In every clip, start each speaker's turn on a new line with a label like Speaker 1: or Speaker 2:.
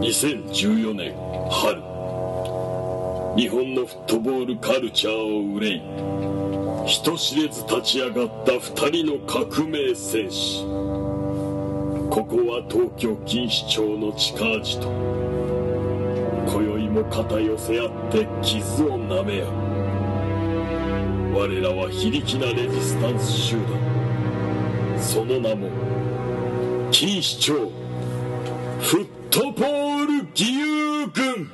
Speaker 1: 2014年春日本のフットボールカルチャーを憂い人知れず立ち上がった2人の革命戦士ここは東京錦糸町の地下地と今宵も肩寄せ合って傷をなめ合う我らは非力なレジスタンス集団その名も錦糸町フットボール義勇軍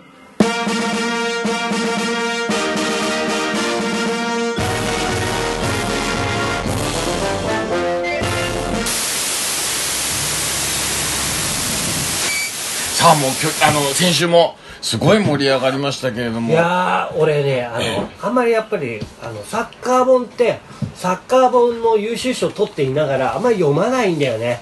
Speaker 2: さあもうきょあの先週もすごい盛り上がりましたけれど
Speaker 3: い
Speaker 2: も
Speaker 3: やー俺ねあのあんまりやっぱりあのサッカー本ってサッカー本の優秀賞取っていながらあんまり読まないんだよね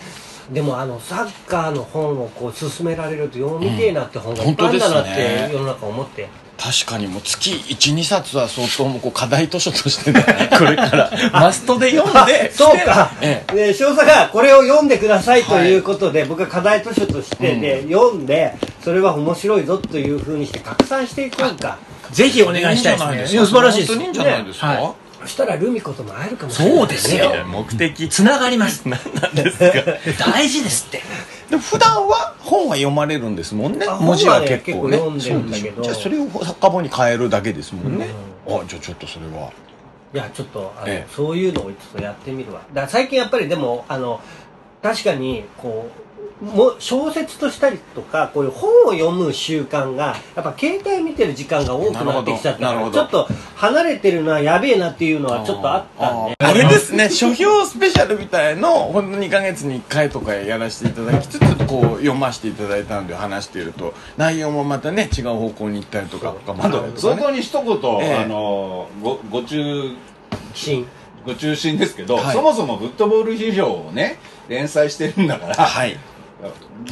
Speaker 3: でもあのサッカーの本をこう勧められると読みてえなって本がいっぱいあるんだなっ
Speaker 2: うん本当です
Speaker 3: て
Speaker 2: ね
Speaker 3: 世の中思って、
Speaker 2: 確かにもう月12冊は相当もうこう課題図書としてね これからマストで読んで
Speaker 3: そうか、
Speaker 2: ええ
Speaker 3: ね、少佐がこれを読んでくださいということで、僕は課題図書としてね、読んでそれは面白いぞというふうにして拡散していこうか
Speaker 4: ぜひお願いしたいですね。いや素晴らしいで
Speaker 2: 本当
Speaker 4: す
Speaker 2: にいいんじゃないですか、
Speaker 4: ねは
Speaker 3: そしたらルミ子とも会えるかもしれない、
Speaker 4: そうですよ。
Speaker 5: 目的
Speaker 4: つながります。なんですか大事ですって。
Speaker 2: でも普段は本は読まれるんですもんね
Speaker 3: あ
Speaker 2: 文字は結構ね
Speaker 3: 本はね結構読んでるんだけ
Speaker 2: そ
Speaker 3: ど
Speaker 2: うでしょじゃあそれを作家本に変えるだけですもんね、あじゃあちょっとそれはい
Speaker 3: やちょっとあの、
Speaker 2: ええ
Speaker 3: そういうのをちょっとやってみるわだから最近やっぱりでもあの確かにこうも小説としたりとかこういう本を読む習慣がやっぱ携帯見てる時間が多くなってきちゃった
Speaker 2: な
Speaker 3: か
Speaker 2: るほ
Speaker 3: ら
Speaker 2: ど
Speaker 3: ちょっと離れてるなやべえなっていうのはちょっとあったんで
Speaker 2: あれですね書評スペシャルみたいのほんと2ヶ月に1回とかやらせていただきつつこう読ませていただいたので話していると内容もまたね違う方向に行ったりとか他窓だと
Speaker 5: そ
Speaker 2: かね
Speaker 5: こに一言、
Speaker 2: ええ
Speaker 5: あのごご中
Speaker 3: シーン
Speaker 5: ご中心ですけど、
Speaker 2: はい
Speaker 5: そもそもフットボール批評をね連載してるんだから、
Speaker 2: はい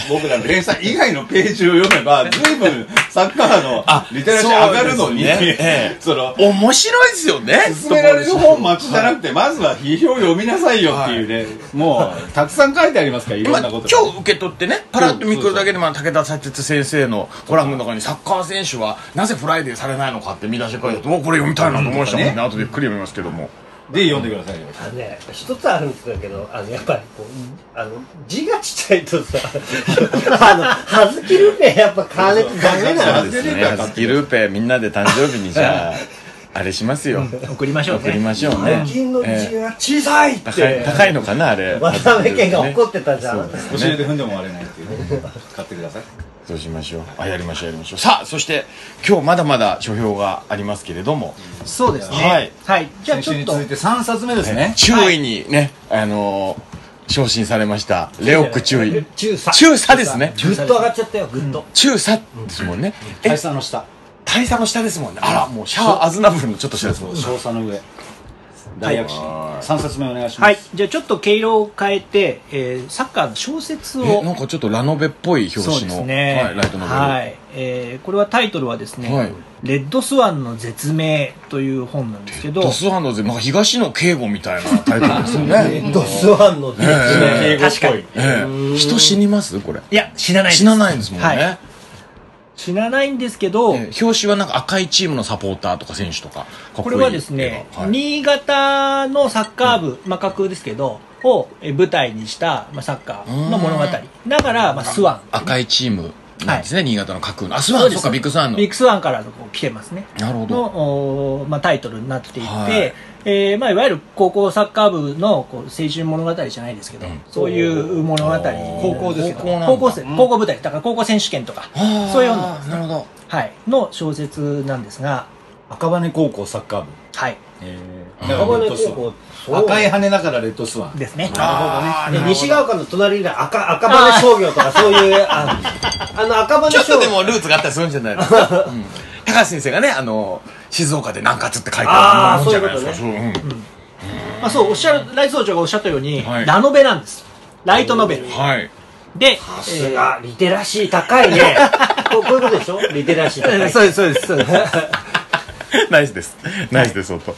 Speaker 5: 僕らの連載以外のページを読 めば随分サッカーの
Speaker 2: あ
Speaker 5: リテラシー上がるの
Speaker 2: そう
Speaker 5: に
Speaker 2: ですねええ
Speaker 5: その
Speaker 2: 面白いですよね
Speaker 5: 勧められる本待ちじゃなくて、まずは批評を読みなさいよっていうね、もうたくさん書いてありますからいろん
Speaker 2: まあ
Speaker 5: なこと
Speaker 2: 今日受け取ってねパラッと見くるだけで、まあ、武田佐哲先生のコラムの中にサッカー選手はなぜフライデーされないのかって見出しが書いてあっておこれ読みたいなと思いましたもんね
Speaker 5: うん
Speaker 2: 後でゆっくり読みますけども
Speaker 5: で読んでくださいよ、
Speaker 3: あのね、一つあるんですけど、あの、やっぱりこう、あの、字がちっちゃいとさ、 あの、はずきるね、やっぱ買わないとダメな
Speaker 5: そ
Speaker 3: の
Speaker 5: う。ですね
Speaker 2: スキルーペみんなで誕生日にじゃああれしますよ
Speaker 4: 送りましょう
Speaker 2: 送り
Speaker 4: ね。
Speaker 2: ましょうね
Speaker 3: 最近の字
Speaker 2: ええ
Speaker 3: は小さいっ
Speaker 2: 高い
Speaker 3: て、
Speaker 2: 高いのかなあれ
Speaker 3: 渡辺家が怒ってたじゃ
Speaker 2: そ
Speaker 3: ん
Speaker 2: う。です
Speaker 5: 教えて踏んでも割れないっていうね買ってください
Speaker 2: そうしましょうあやりましょうやりましょうさあそして今日まだまだ書評がありますけれども
Speaker 4: そうですね。
Speaker 2: はい。
Speaker 4: はい。じゃあ
Speaker 5: 先
Speaker 4: ちょ
Speaker 5: 週
Speaker 4: っ
Speaker 5: に
Speaker 4: と
Speaker 5: 続いて3冊目ですね
Speaker 2: 注意にね、あのー昇進されましたレオック注意
Speaker 3: 中佐。
Speaker 2: 中佐ですね
Speaker 3: ぐっと上がっちゃったよ、ぐっと。
Speaker 2: 中佐ですもんね、え
Speaker 5: 大佐の下
Speaker 2: 大佐の下ですもんねあらもうシャア・アズナブルのちょっと下ですもんね
Speaker 5: 少佐の上大躍進3冊目お願いしま
Speaker 4: はい
Speaker 5: す。
Speaker 4: じゃあちょっと毛色を変えて、えーサッカーの小説
Speaker 2: え
Speaker 4: を
Speaker 2: なんかちょっとラノベっぽい表
Speaker 4: そ
Speaker 2: 紙
Speaker 4: うで
Speaker 2: の
Speaker 4: すね、
Speaker 2: はい、ライトノベル、
Speaker 4: はいえーこれはタイトルはですね、
Speaker 2: はい
Speaker 4: レッドスワンの絶命」という本なんですけど
Speaker 2: ドスワンのぜなんか東野圭吾みたいなタイトルですよ ね
Speaker 3: ドスワンの字。
Speaker 5: 英語っ
Speaker 4: 確か
Speaker 5: ぽ
Speaker 4: に
Speaker 5: い
Speaker 2: ええ人死にますこれ
Speaker 4: いや死なないです
Speaker 2: 死なないんですもんね、
Speaker 4: はい死なないんですけど、
Speaker 2: ええ表紙はなんか赤いチームのサポーターとか選手とかかっこいい
Speaker 4: これはですね、
Speaker 2: 絵がはい
Speaker 4: 新潟のサッカー部、まあ、架空ですけどをえー舞台にした、まあ、サッカーの物語だから、まあ、スワン
Speaker 2: 赤いチームなんですね、新潟の架空のあスワンそ
Speaker 4: そ
Speaker 2: うう
Speaker 4: です
Speaker 2: かビッグスワンの
Speaker 4: ビッグスワンからのこう来てますね
Speaker 2: なるほど
Speaker 4: の、おーまあ、タイトルになっていて、
Speaker 2: はい
Speaker 4: えーまあ、いわゆる高校サッカー部のこう青春物語じゃないですけど、そういう物語になるん
Speaker 2: 高校ですよ
Speaker 4: けど
Speaker 2: 高校なんだ
Speaker 4: 高校生高校舞台だから高校選手権とか
Speaker 2: あー
Speaker 4: そういうの、
Speaker 2: なるほど
Speaker 4: はい、の小説なんですが、
Speaker 5: 赤羽高校サッカー部
Speaker 4: はい、
Speaker 5: だから
Speaker 3: 赤
Speaker 5: レ
Speaker 3: 羽
Speaker 5: ッドス
Speaker 3: 高
Speaker 5: ワン
Speaker 3: 校、そう
Speaker 5: 赤い羽だからレッドスワン
Speaker 4: ですね
Speaker 2: ああ
Speaker 3: で西ヶ丘の隣に赤赤羽商業 とかそういうああの赤羽
Speaker 2: ちょっ
Speaker 3: 商
Speaker 2: とで
Speaker 3: 業
Speaker 2: もルーツがあったりするんじゃ ないですか、うん高橋先生がねあの静岡で南葛って書いてあ
Speaker 3: あー
Speaker 2: るもんじゃないですか
Speaker 3: そ
Speaker 2: そううん
Speaker 4: まあ、そうおっしゃるライ総長がおっしゃったように、
Speaker 2: はい
Speaker 4: ラノベなんですライトノベル
Speaker 2: はい
Speaker 4: で、
Speaker 3: さすがリテ ラシー高いねここういうことでしょリテラシー
Speaker 4: え
Speaker 3: 高
Speaker 4: ー
Speaker 3: い
Speaker 4: そうですそうですそうです
Speaker 2: ナイスです。ナイスです、音。は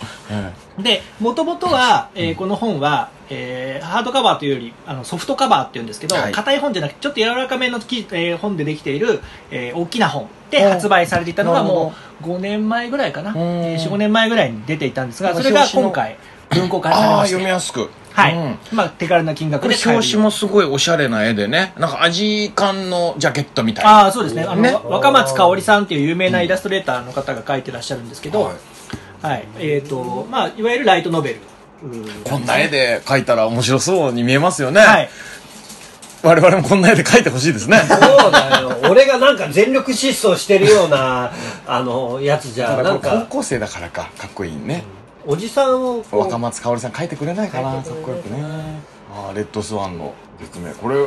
Speaker 2: い
Speaker 4: で、もともとは、えーこの本は、えーハードカバーというよりあのソフトカバーっていうんですけど、
Speaker 2: はい
Speaker 4: 硬い本じゃなくてちょっと柔らかめのき、えー本でできている、えー大きな本で発売されていたのが
Speaker 2: なるほど
Speaker 4: もう5年前ぐらいかな、
Speaker 2: ん
Speaker 4: えー45年前ぐらいに出ていたんですが
Speaker 2: なんか
Speaker 4: それが
Speaker 2: 表紙の
Speaker 4: 今回文庫化され
Speaker 2: ああ、
Speaker 4: まし
Speaker 2: 読み
Speaker 4: て
Speaker 2: やすく。
Speaker 4: はい、
Speaker 2: うん
Speaker 4: まあ、手軽な金額
Speaker 2: こ
Speaker 4: で
Speaker 2: れ
Speaker 4: 買えるよう
Speaker 2: 表紙もすごいおしゃれな絵でね、なんかアジカンのジャケットみたいな。
Speaker 4: ああそうですねあの
Speaker 2: ね
Speaker 4: わ若松香織さんっていう有名なイラストレーターの方が書いてらっしゃるんですけど、
Speaker 2: は
Speaker 4: はいいえーとまあ、いわゆるライトノベル、
Speaker 2: こんな絵で描いたら面白そうに見えますよね。
Speaker 4: はい、
Speaker 2: 我々もこんな絵で描いてほしい ですね。
Speaker 3: そうだよ俺がなんか全力疾走してるようなあのやつじゃ
Speaker 2: た
Speaker 3: な
Speaker 2: だ
Speaker 3: ん
Speaker 2: これ高
Speaker 3: か
Speaker 2: 校生だからか、かっこいいね。
Speaker 3: おじさんをこう
Speaker 2: 若松香織さん書いてくれないかな、か
Speaker 3: 書
Speaker 2: っ
Speaker 3: いてく
Speaker 2: こ
Speaker 3: れ
Speaker 2: よ
Speaker 3: ない
Speaker 2: くね。ああ、レッドスワンの説明。これ、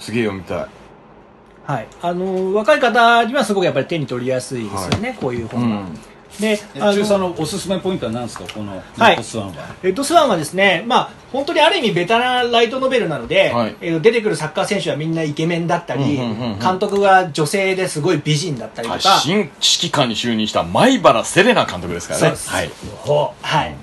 Speaker 2: すげえ読みたい。
Speaker 4: はい、あの若い方にはすごくやっぱり手に取りやすいですよね、こういう
Speaker 2: う
Speaker 4: 本は、
Speaker 2: ん。
Speaker 4: であ
Speaker 5: 中さん
Speaker 4: の
Speaker 5: のおすすめポイントは何ですかこの
Speaker 4: はい
Speaker 5: スワンは
Speaker 4: レッドスワンはですね、まあ、本当にある意味ベタなライトノベルなので、
Speaker 2: はい
Speaker 4: えー出てくるサッカー選手はみんなイケメンだったり、
Speaker 2: うんうんうんうん
Speaker 4: 監督が女性ですごい美人だったりとか、
Speaker 2: 新指揮官に就任した米原セレナ監督ですからね。
Speaker 4: そうです
Speaker 2: はい。
Speaker 3: ほ
Speaker 4: はい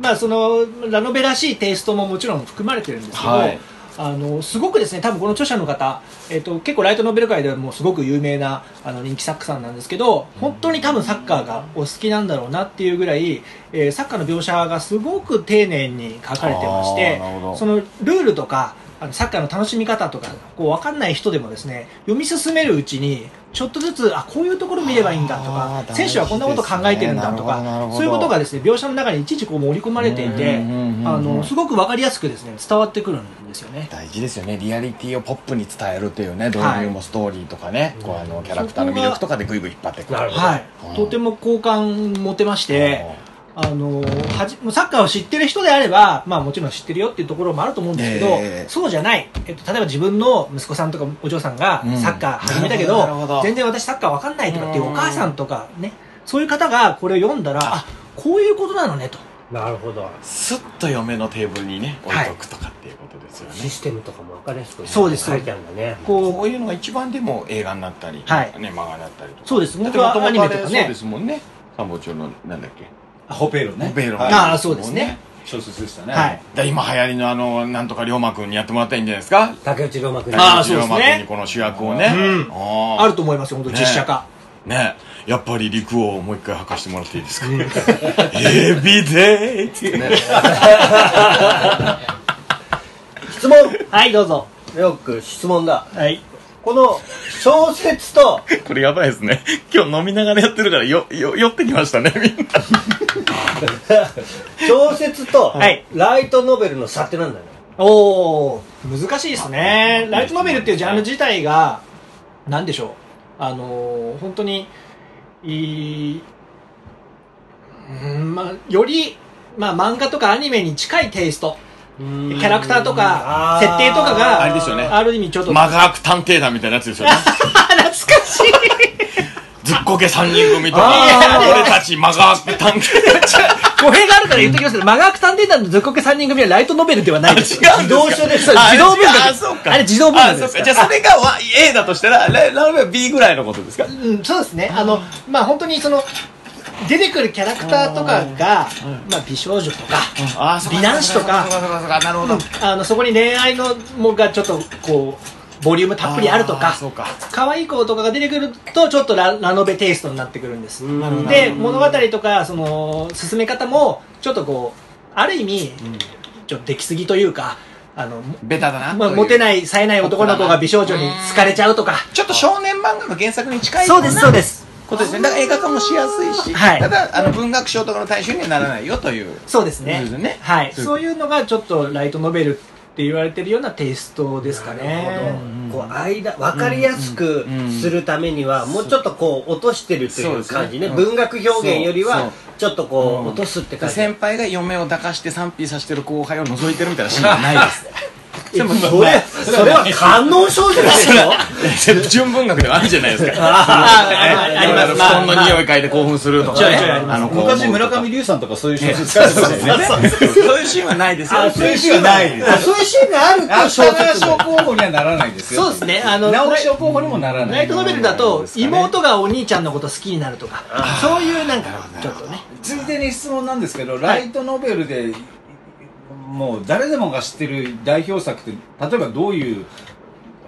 Speaker 4: まあ、そのラノベらしいテイストももちろん含まれてるんですけど、
Speaker 2: はい
Speaker 4: あのすごくですね多分この著者の方、えっと結構ライトノベル界ではもうすごく有名なあの人気作家さんなんですけど本当に多分サッカーがお好きなんだろうなっていうぐらい、えーサッカーの描写がすごく丁寧に書かれてまし
Speaker 2: あー
Speaker 4: て
Speaker 2: なるほど
Speaker 4: そのルールとかあのサッカーの楽しみ方とかこう分かんない人でもですね読み進めるうちにちょっとずつあこういうところ見ればいいんだと
Speaker 2: あ
Speaker 4: か
Speaker 2: ー
Speaker 4: 選手はこんなこと考えてるんだと
Speaker 2: 大事ですねなるほどなる
Speaker 4: か
Speaker 2: ほど
Speaker 4: そういうことがですね描写の中にいちいちこう盛り込まれていて
Speaker 2: うんうんうんうん
Speaker 4: あのすごく分かりやすくですね伝わってくるんですよね。
Speaker 2: 大事ですよねリアリティをポップに伝えるというね導入もストーリーとかね、こうあのキャラクターの魅力とかでグイグイ引っ張ってく
Speaker 3: うなるほど、
Speaker 4: はい
Speaker 2: うん、
Speaker 4: とても好感持てましてあのはじもうサッカーを知ってる人であれば、まあ、もちろん知ってるよっていうところもあると思うんですけど、
Speaker 2: ええ
Speaker 4: そうじゃない、えっと、例えば自分の息子さんとかお嬢さんが
Speaker 2: うん
Speaker 4: サッカー始めたけ
Speaker 2: な
Speaker 4: ど,、
Speaker 2: るほど
Speaker 4: 全然私サッカーわかんないとかっていうお母さんとかねそういう方がこれを読んだらあこういうことなのねと
Speaker 3: なるほど
Speaker 2: スッと嫁のテーブルにね置いとくとかっていうことですよね、
Speaker 3: システムとかも分かりやすく
Speaker 4: そうです
Speaker 3: 書いてあるんだね
Speaker 4: こ
Speaker 2: こういうのが一番でも映画になったり、
Speaker 4: はい
Speaker 2: ね、漫画になったりとか
Speaker 4: うそうです
Speaker 2: だっ
Speaker 4: 僕
Speaker 2: てもと
Speaker 4: はア
Speaker 2: も
Speaker 4: ニ
Speaker 2: とあ
Speaker 4: メ
Speaker 2: れ
Speaker 4: と
Speaker 2: そ
Speaker 4: か
Speaker 2: う
Speaker 4: ね
Speaker 2: ですもんね参謀長のなんだっけ
Speaker 5: ホペロね
Speaker 2: ホペロ
Speaker 5: はい
Speaker 4: ああそうですね
Speaker 5: 小説でしたね
Speaker 4: はい
Speaker 2: だ今流行りのあのなんとか龍馬くんにやってもらったらいいんじゃないですか
Speaker 3: 竹内涼真君
Speaker 4: あーそうですね
Speaker 2: 龍馬くんにこの主役をね、
Speaker 4: うん
Speaker 2: あー
Speaker 4: あると思いますよ本当に実写化、
Speaker 2: ねやっぱり陸王をもう一回吐かしてもらっていいですか「エビデイ」ってね
Speaker 3: 質問
Speaker 4: はいどうぞ
Speaker 3: よく質問だ
Speaker 4: はい
Speaker 3: この小説 と
Speaker 2: これやばいですね今日飲みながらやってるからよよ酔ってきましたねみんな
Speaker 3: 小説と、
Speaker 4: はい
Speaker 3: ライトノベルの差ってなんだよね
Speaker 4: おお難しいですねライトノベルっていうジャンル自体が何でしょうあのー本当にいうんまあより、まあ、漫画とかアニメに近いテイスト
Speaker 3: キ
Speaker 4: キャラクターとか
Speaker 3: あー
Speaker 4: 設定とかが
Speaker 2: あれですよね
Speaker 4: ある意味ちょっと、
Speaker 2: マガーク探偵団みたいなやつですよ ね
Speaker 4: 懐かしい
Speaker 2: ずっこけ3人組とか
Speaker 4: あー
Speaker 2: 俺たちマガーク探偵団
Speaker 4: 語弊があるから言っときますけど、マガーク探偵団の属国3人組はライトノベルでは ないです
Speaker 2: 違うんですか
Speaker 4: 自動書です
Speaker 2: あ
Speaker 4: 自動文
Speaker 2: あ
Speaker 4: 学
Speaker 2: そう
Speaker 4: で
Speaker 2: か
Speaker 4: すあれ自動文
Speaker 2: あ
Speaker 4: 学
Speaker 2: そ
Speaker 4: で
Speaker 2: う
Speaker 4: す
Speaker 2: かじゃあそれが A だとしたらララノベは B ぐらいのことですか
Speaker 4: うん、そうですね、あの、まあ、本当にその。出てくるキャラクターとかが、まあ、美少女とか、
Speaker 2: あ
Speaker 4: 美男子とか
Speaker 2: そうかそうかなるほど
Speaker 4: あの、そこに恋愛の、もがちょっと、こう。ボリュームたっぷりあると
Speaker 2: あ
Speaker 4: か
Speaker 2: ーそうか
Speaker 4: 可愛い子とかが出てくるとちょっとララノベテイストになってくるんです
Speaker 3: なるほど
Speaker 4: で物語とかその進め方もちょっとこうある意味、ちょっと出来すぎというかあの、
Speaker 2: ベタだな
Speaker 4: まあ、モテない冴えない男の子が美少女に好かれちゃうとか
Speaker 2: ちょっと少年漫画の原作に近い
Speaker 4: そうです
Speaker 2: よ
Speaker 4: そうう
Speaker 2: な
Speaker 4: です
Speaker 2: ことですねだから映画化もしやすいし、
Speaker 4: はい
Speaker 2: ただあの文学賞とかの対象にはならないよという
Speaker 4: そうですね
Speaker 2: そうですね
Speaker 4: はい
Speaker 2: そういう
Speaker 4: そういうのがちょっとライトノベルって言われてるようなテイストですか
Speaker 3: なる
Speaker 4: ね
Speaker 3: ほどこう間分かりやすくするためにはもうちょっとこう落としてると
Speaker 2: そう
Speaker 3: い
Speaker 2: で
Speaker 3: う
Speaker 2: すね
Speaker 3: 感じね
Speaker 2: うん
Speaker 3: 文学表現より
Speaker 2: そう
Speaker 3: はちょっとこ
Speaker 2: うん
Speaker 3: う落とすって感じ
Speaker 2: 先輩が嫁を抱かして賛否させてる後輩を覗いてるみたいなシーンはないです
Speaker 3: でもそれそれは観音少女でしょ
Speaker 2: セプチューン文学 ではあるじゃないですか
Speaker 4: あああります
Speaker 2: 布団の匂い嗅いで興奮するとかね
Speaker 4: ちょいちょいありま
Speaker 2: あのこう
Speaker 5: 昔村上龍さんとかそういう小説書いてましたよね
Speaker 2: そういうシーンはないですよ
Speaker 5: そういうシーンはないです
Speaker 3: そういうシーンがある
Speaker 5: あ
Speaker 3: と小説
Speaker 5: 賞候補にはならないですよ
Speaker 4: そうですねあの
Speaker 5: 直木賞候補にもならない
Speaker 4: ライトノベルだと妹がお兄ちゃんのこと好きになるとかそういうなんかちょっとね
Speaker 5: ついでに質問なんですけど、ライトノベルで、もう誰でもが知ってる代表作って、例えばどういう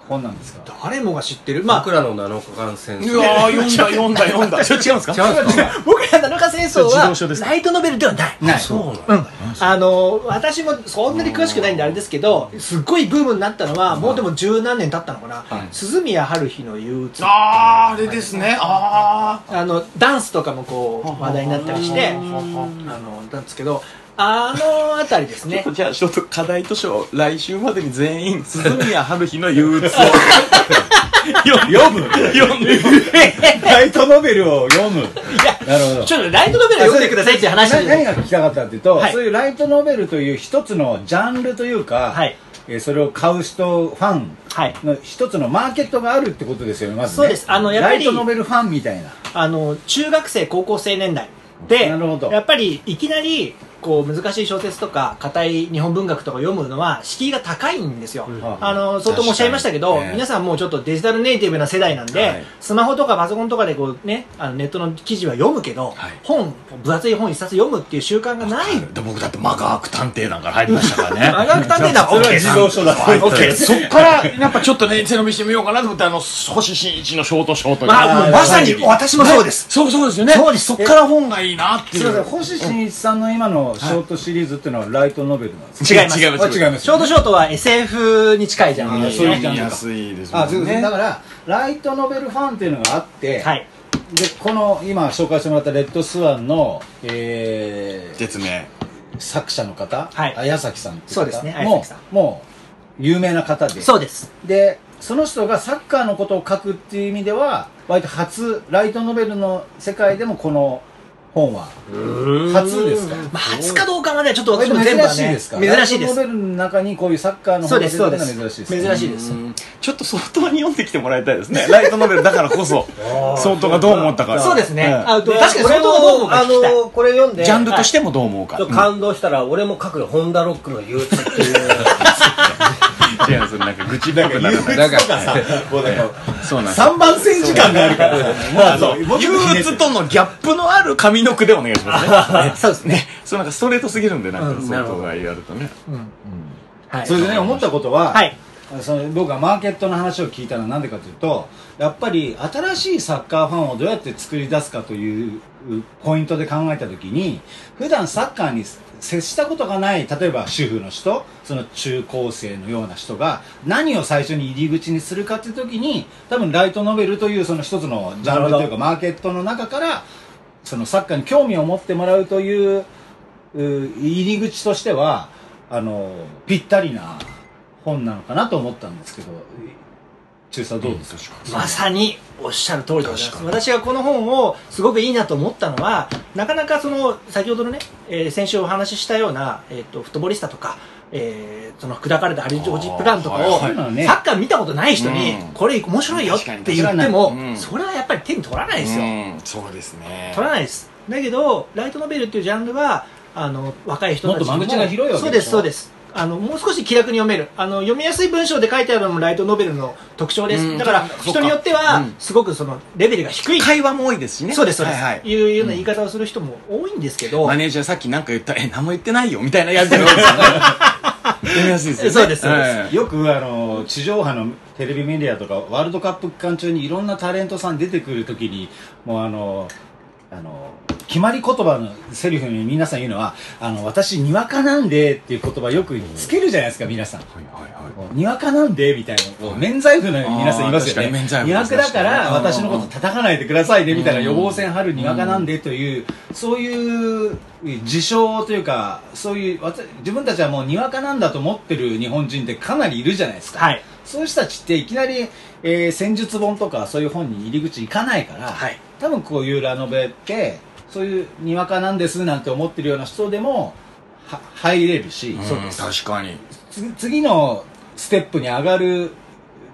Speaker 5: 本なんですか
Speaker 4: 誰もが知ってるまあ
Speaker 6: 僕らの7日間戦
Speaker 2: い
Speaker 6: 争
Speaker 2: やー読んだ読んだ読んだそ れ違うんですか
Speaker 4: 僕ら七日戦争
Speaker 2: それ自動書で
Speaker 4: は
Speaker 2: す
Speaker 4: ライトノベルではない
Speaker 5: ない。
Speaker 4: うん、あの私もそんなに詳しくないんであれですけどすっごいブームになったのはもうでも十何年経ったのかな、鈴宮春日の憂鬱
Speaker 2: あーあれですねああ
Speaker 4: あのダンスとかもこう話題になったりしてあのなんですけどあの辺りですね
Speaker 2: じゃあちょっと課題図書を来週までに全員鈴宮春日の憂鬱を読む読んで
Speaker 5: ライトノベルを読む。なるほど。
Speaker 4: ちょっとライトノベル読んでくださいっていう話
Speaker 5: な
Speaker 4: で
Speaker 5: 何が聞きたかったっていうと、
Speaker 4: はい
Speaker 5: そういうライトノベルという一つのジャンルというか、
Speaker 4: はい
Speaker 5: えーそれを買う人、ファン
Speaker 4: はい
Speaker 5: の一つのマーケットがあるってことですよね、まずね。
Speaker 4: そうですあのやっぱり
Speaker 5: ライトノベルファンみたいな。
Speaker 4: あの中学生高校生年代で
Speaker 5: なるほど
Speaker 4: やっぱりいきなりこう難しい小説とか硬い日本文学とか読むのは敷居が高いんですよ、あの相当もおっしゃいましたけど、
Speaker 2: 確かにね
Speaker 4: 皆さんもうちょっとデジタルネイティブな世代なんで、
Speaker 2: はい
Speaker 4: スマホとかパソコンとかでこう、ね、あのネットの記事は読むけど、本分厚い本一冊読むっていう習慣がない
Speaker 2: 僕だってマガーク探偵団から入りましたからね
Speaker 4: 科学探偵だ
Speaker 5: それは自動書だ。
Speaker 2: オッケーそっからやっぱちょっとね背伸びしてみようかなと思ってあの星新一のショートショートに
Speaker 4: まあもうまさに私もそうです、
Speaker 2: そうそうですよね
Speaker 4: そうです
Speaker 2: そっから本がいいなってい
Speaker 5: すみません、
Speaker 2: う
Speaker 5: 星新一さんの今のショートシリーズっていうのはライトノベルなんですか
Speaker 4: 違います
Speaker 2: 違います
Speaker 5: あ違います
Speaker 4: ショートショートは SF に近いジャンルです
Speaker 5: そういう
Speaker 2: 読みやすいですも
Speaker 5: あ、そうんですね。
Speaker 2: ね
Speaker 5: だから、ライトノベルファンっていうのがあって、
Speaker 4: はい
Speaker 5: で、この今紹介してもらったレッドスワンの、えー、
Speaker 2: 絶明
Speaker 5: 作者の方、
Speaker 4: はい
Speaker 5: 綾崎さんってい方
Speaker 4: そうですね綾
Speaker 5: も
Speaker 4: 崎さん
Speaker 5: う、もう、有名な方で。
Speaker 4: そうです
Speaker 5: で、その人がサッカーのことを書くっていう意味では、割と初、ライトノベルの世界でもこの本は、初ですか
Speaker 4: まあ、初かどうかまではちょっと
Speaker 5: 珍
Speaker 4: 私も全部は
Speaker 5: しい
Speaker 4: ね
Speaker 5: ですか
Speaker 4: 珍しいで
Speaker 5: ライトノ
Speaker 4: す
Speaker 5: ベルの中にこういうサッカーの
Speaker 4: そ
Speaker 5: 本
Speaker 4: う
Speaker 5: が
Speaker 4: で
Speaker 5: 出
Speaker 4: すそう
Speaker 5: てく
Speaker 4: で
Speaker 5: るのは
Speaker 4: す
Speaker 5: 珍しいですね。
Speaker 4: 珍しいです
Speaker 2: ちょっと相当に読んできてもらいたいですねライトノベルだからこそ相当がどう思ったか
Speaker 4: そうですね、
Speaker 2: ん
Speaker 4: あ確かにそのどう思うか聞きたい
Speaker 6: あのこれ読んで
Speaker 2: ジャンルとしてもどう思うか
Speaker 6: ちょっと感動したら、俺も書くよ、ホンダロックの憂鬱っていう。
Speaker 2: 違うそれなんか愚痴っぽくならない
Speaker 5: だからさ、もうなんか
Speaker 2: そうなんです
Speaker 5: 3番線時間があるからさ、もうもうちょっ
Speaker 2: 憂
Speaker 5: とひねって
Speaker 2: 鬱とのギャップのある上の句でお願いしますね
Speaker 4: そうですね、
Speaker 2: そうなんかストレートすぎるんでなんか
Speaker 4: うん
Speaker 2: 相当が言われるとね
Speaker 4: はい、
Speaker 5: それでね、思ったことは、
Speaker 4: はい
Speaker 5: その僕がマーケットの話を聞いたのはなんでかというと、やっぱり新しいサッカーファンをどうやって作り出すかというポイントで考えたときに、普段サッカーに接したことがない、例えば主婦の人、その中高生のような人が、何を最初に入り口にするかというときに、多分ライトノベルというその一つのジャンルというかマーケットの中から、そのサッカーに興味を持ってもらうというう入り口としてはあのぴったりな本なのかなと思ったんですけど中佐どうですか、
Speaker 4: まさにおっしゃる通りでございます私がこの本をすごくいいなと思ったのはなかなかその先ほどのね、えー先週お話ししたような、えー、とフットボリスタとか、えーその砕かれたハリー・ジョージ・プランとかを、
Speaker 5: はいはいそうなのね
Speaker 4: サッカー見たことない人に、
Speaker 2: うん
Speaker 4: これ面白いよって言
Speaker 5: 確
Speaker 4: っ
Speaker 5: か
Speaker 4: て
Speaker 5: に
Speaker 4: も、
Speaker 2: うん
Speaker 4: それはやっぱり手に取らないですよ、
Speaker 2: うんそうですね
Speaker 4: 取らないですだけどライトノベルっていうジャンルはあの若い人たちに
Speaker 5: もっと間口が広いわけ
Speaker 4: そう
Speaker 5: で
Speaker 4: で
Speaker 5: しょ
Speaker 4: すそうですあのもう少し気楽に読めるあの読みやすい文章で書いてあるのもライトノベルの特徴です、
Speaker 2: うん
Speaker 4: だから
Speaker 2: そうか
Speaker 4: 人によって
Speaker 2: う
Speaker 4: は
Speaker 2: ん
Speaker 4: すごくそのレベルが低い
Speaker 2: 会話も多いですしね
Speaker 4: そうですそうです、
Speaker 2: はい
Speaker 4: い
Speaker 2: はいう
Speaker 4: ような言い方をする人も多いんですけど、
Speaker 2: マネージャーさっき何か言ったえ何も言ってないよみたいなやつが多いですよ ね読みやすいですよね
Speaker 4: そうですそうです
Speaker 2: はい
Speaker 5: よくあの地上波のテレビメディアとかワールドカップ期間中にいろんなタレントさん出てくるときにもうあのあの決まり言葉のセリフに皆さん言うのはあの私にわかなんでっていう言葉よくつけるじゃないですか皆さんにわかなんでみたいな、免罪符のように皆さん言いますよ
Speaker 2: あー確かに免罪
Speaker 5: ね。
Speaker 2: 符
Speaker 5: にわかだか
Speaker 2: う
Speaker 5: ら、
Speaker 2: んうんうん
Speaker 5: 私のこと叩かないでくださいね、みたいな予防線張るにわかなんでという、そういう事象というか、そういう、わた自分たちはもうにわかなんだと思ってる日本人ってかなりいるじゃないですか。
Speaker 4: はい
Speaker 5: そういう人たちっていきなり、えー戦術本とかそういう本に入り口行かないから、
Speaker 4: はい
Speaker 5: 多分こういうラノベって、そういうにわかなんですなんて思ってるような人でも、は入れるし、
Speaker 2: うん確かに
Speaker 5: つ次のステップに上がる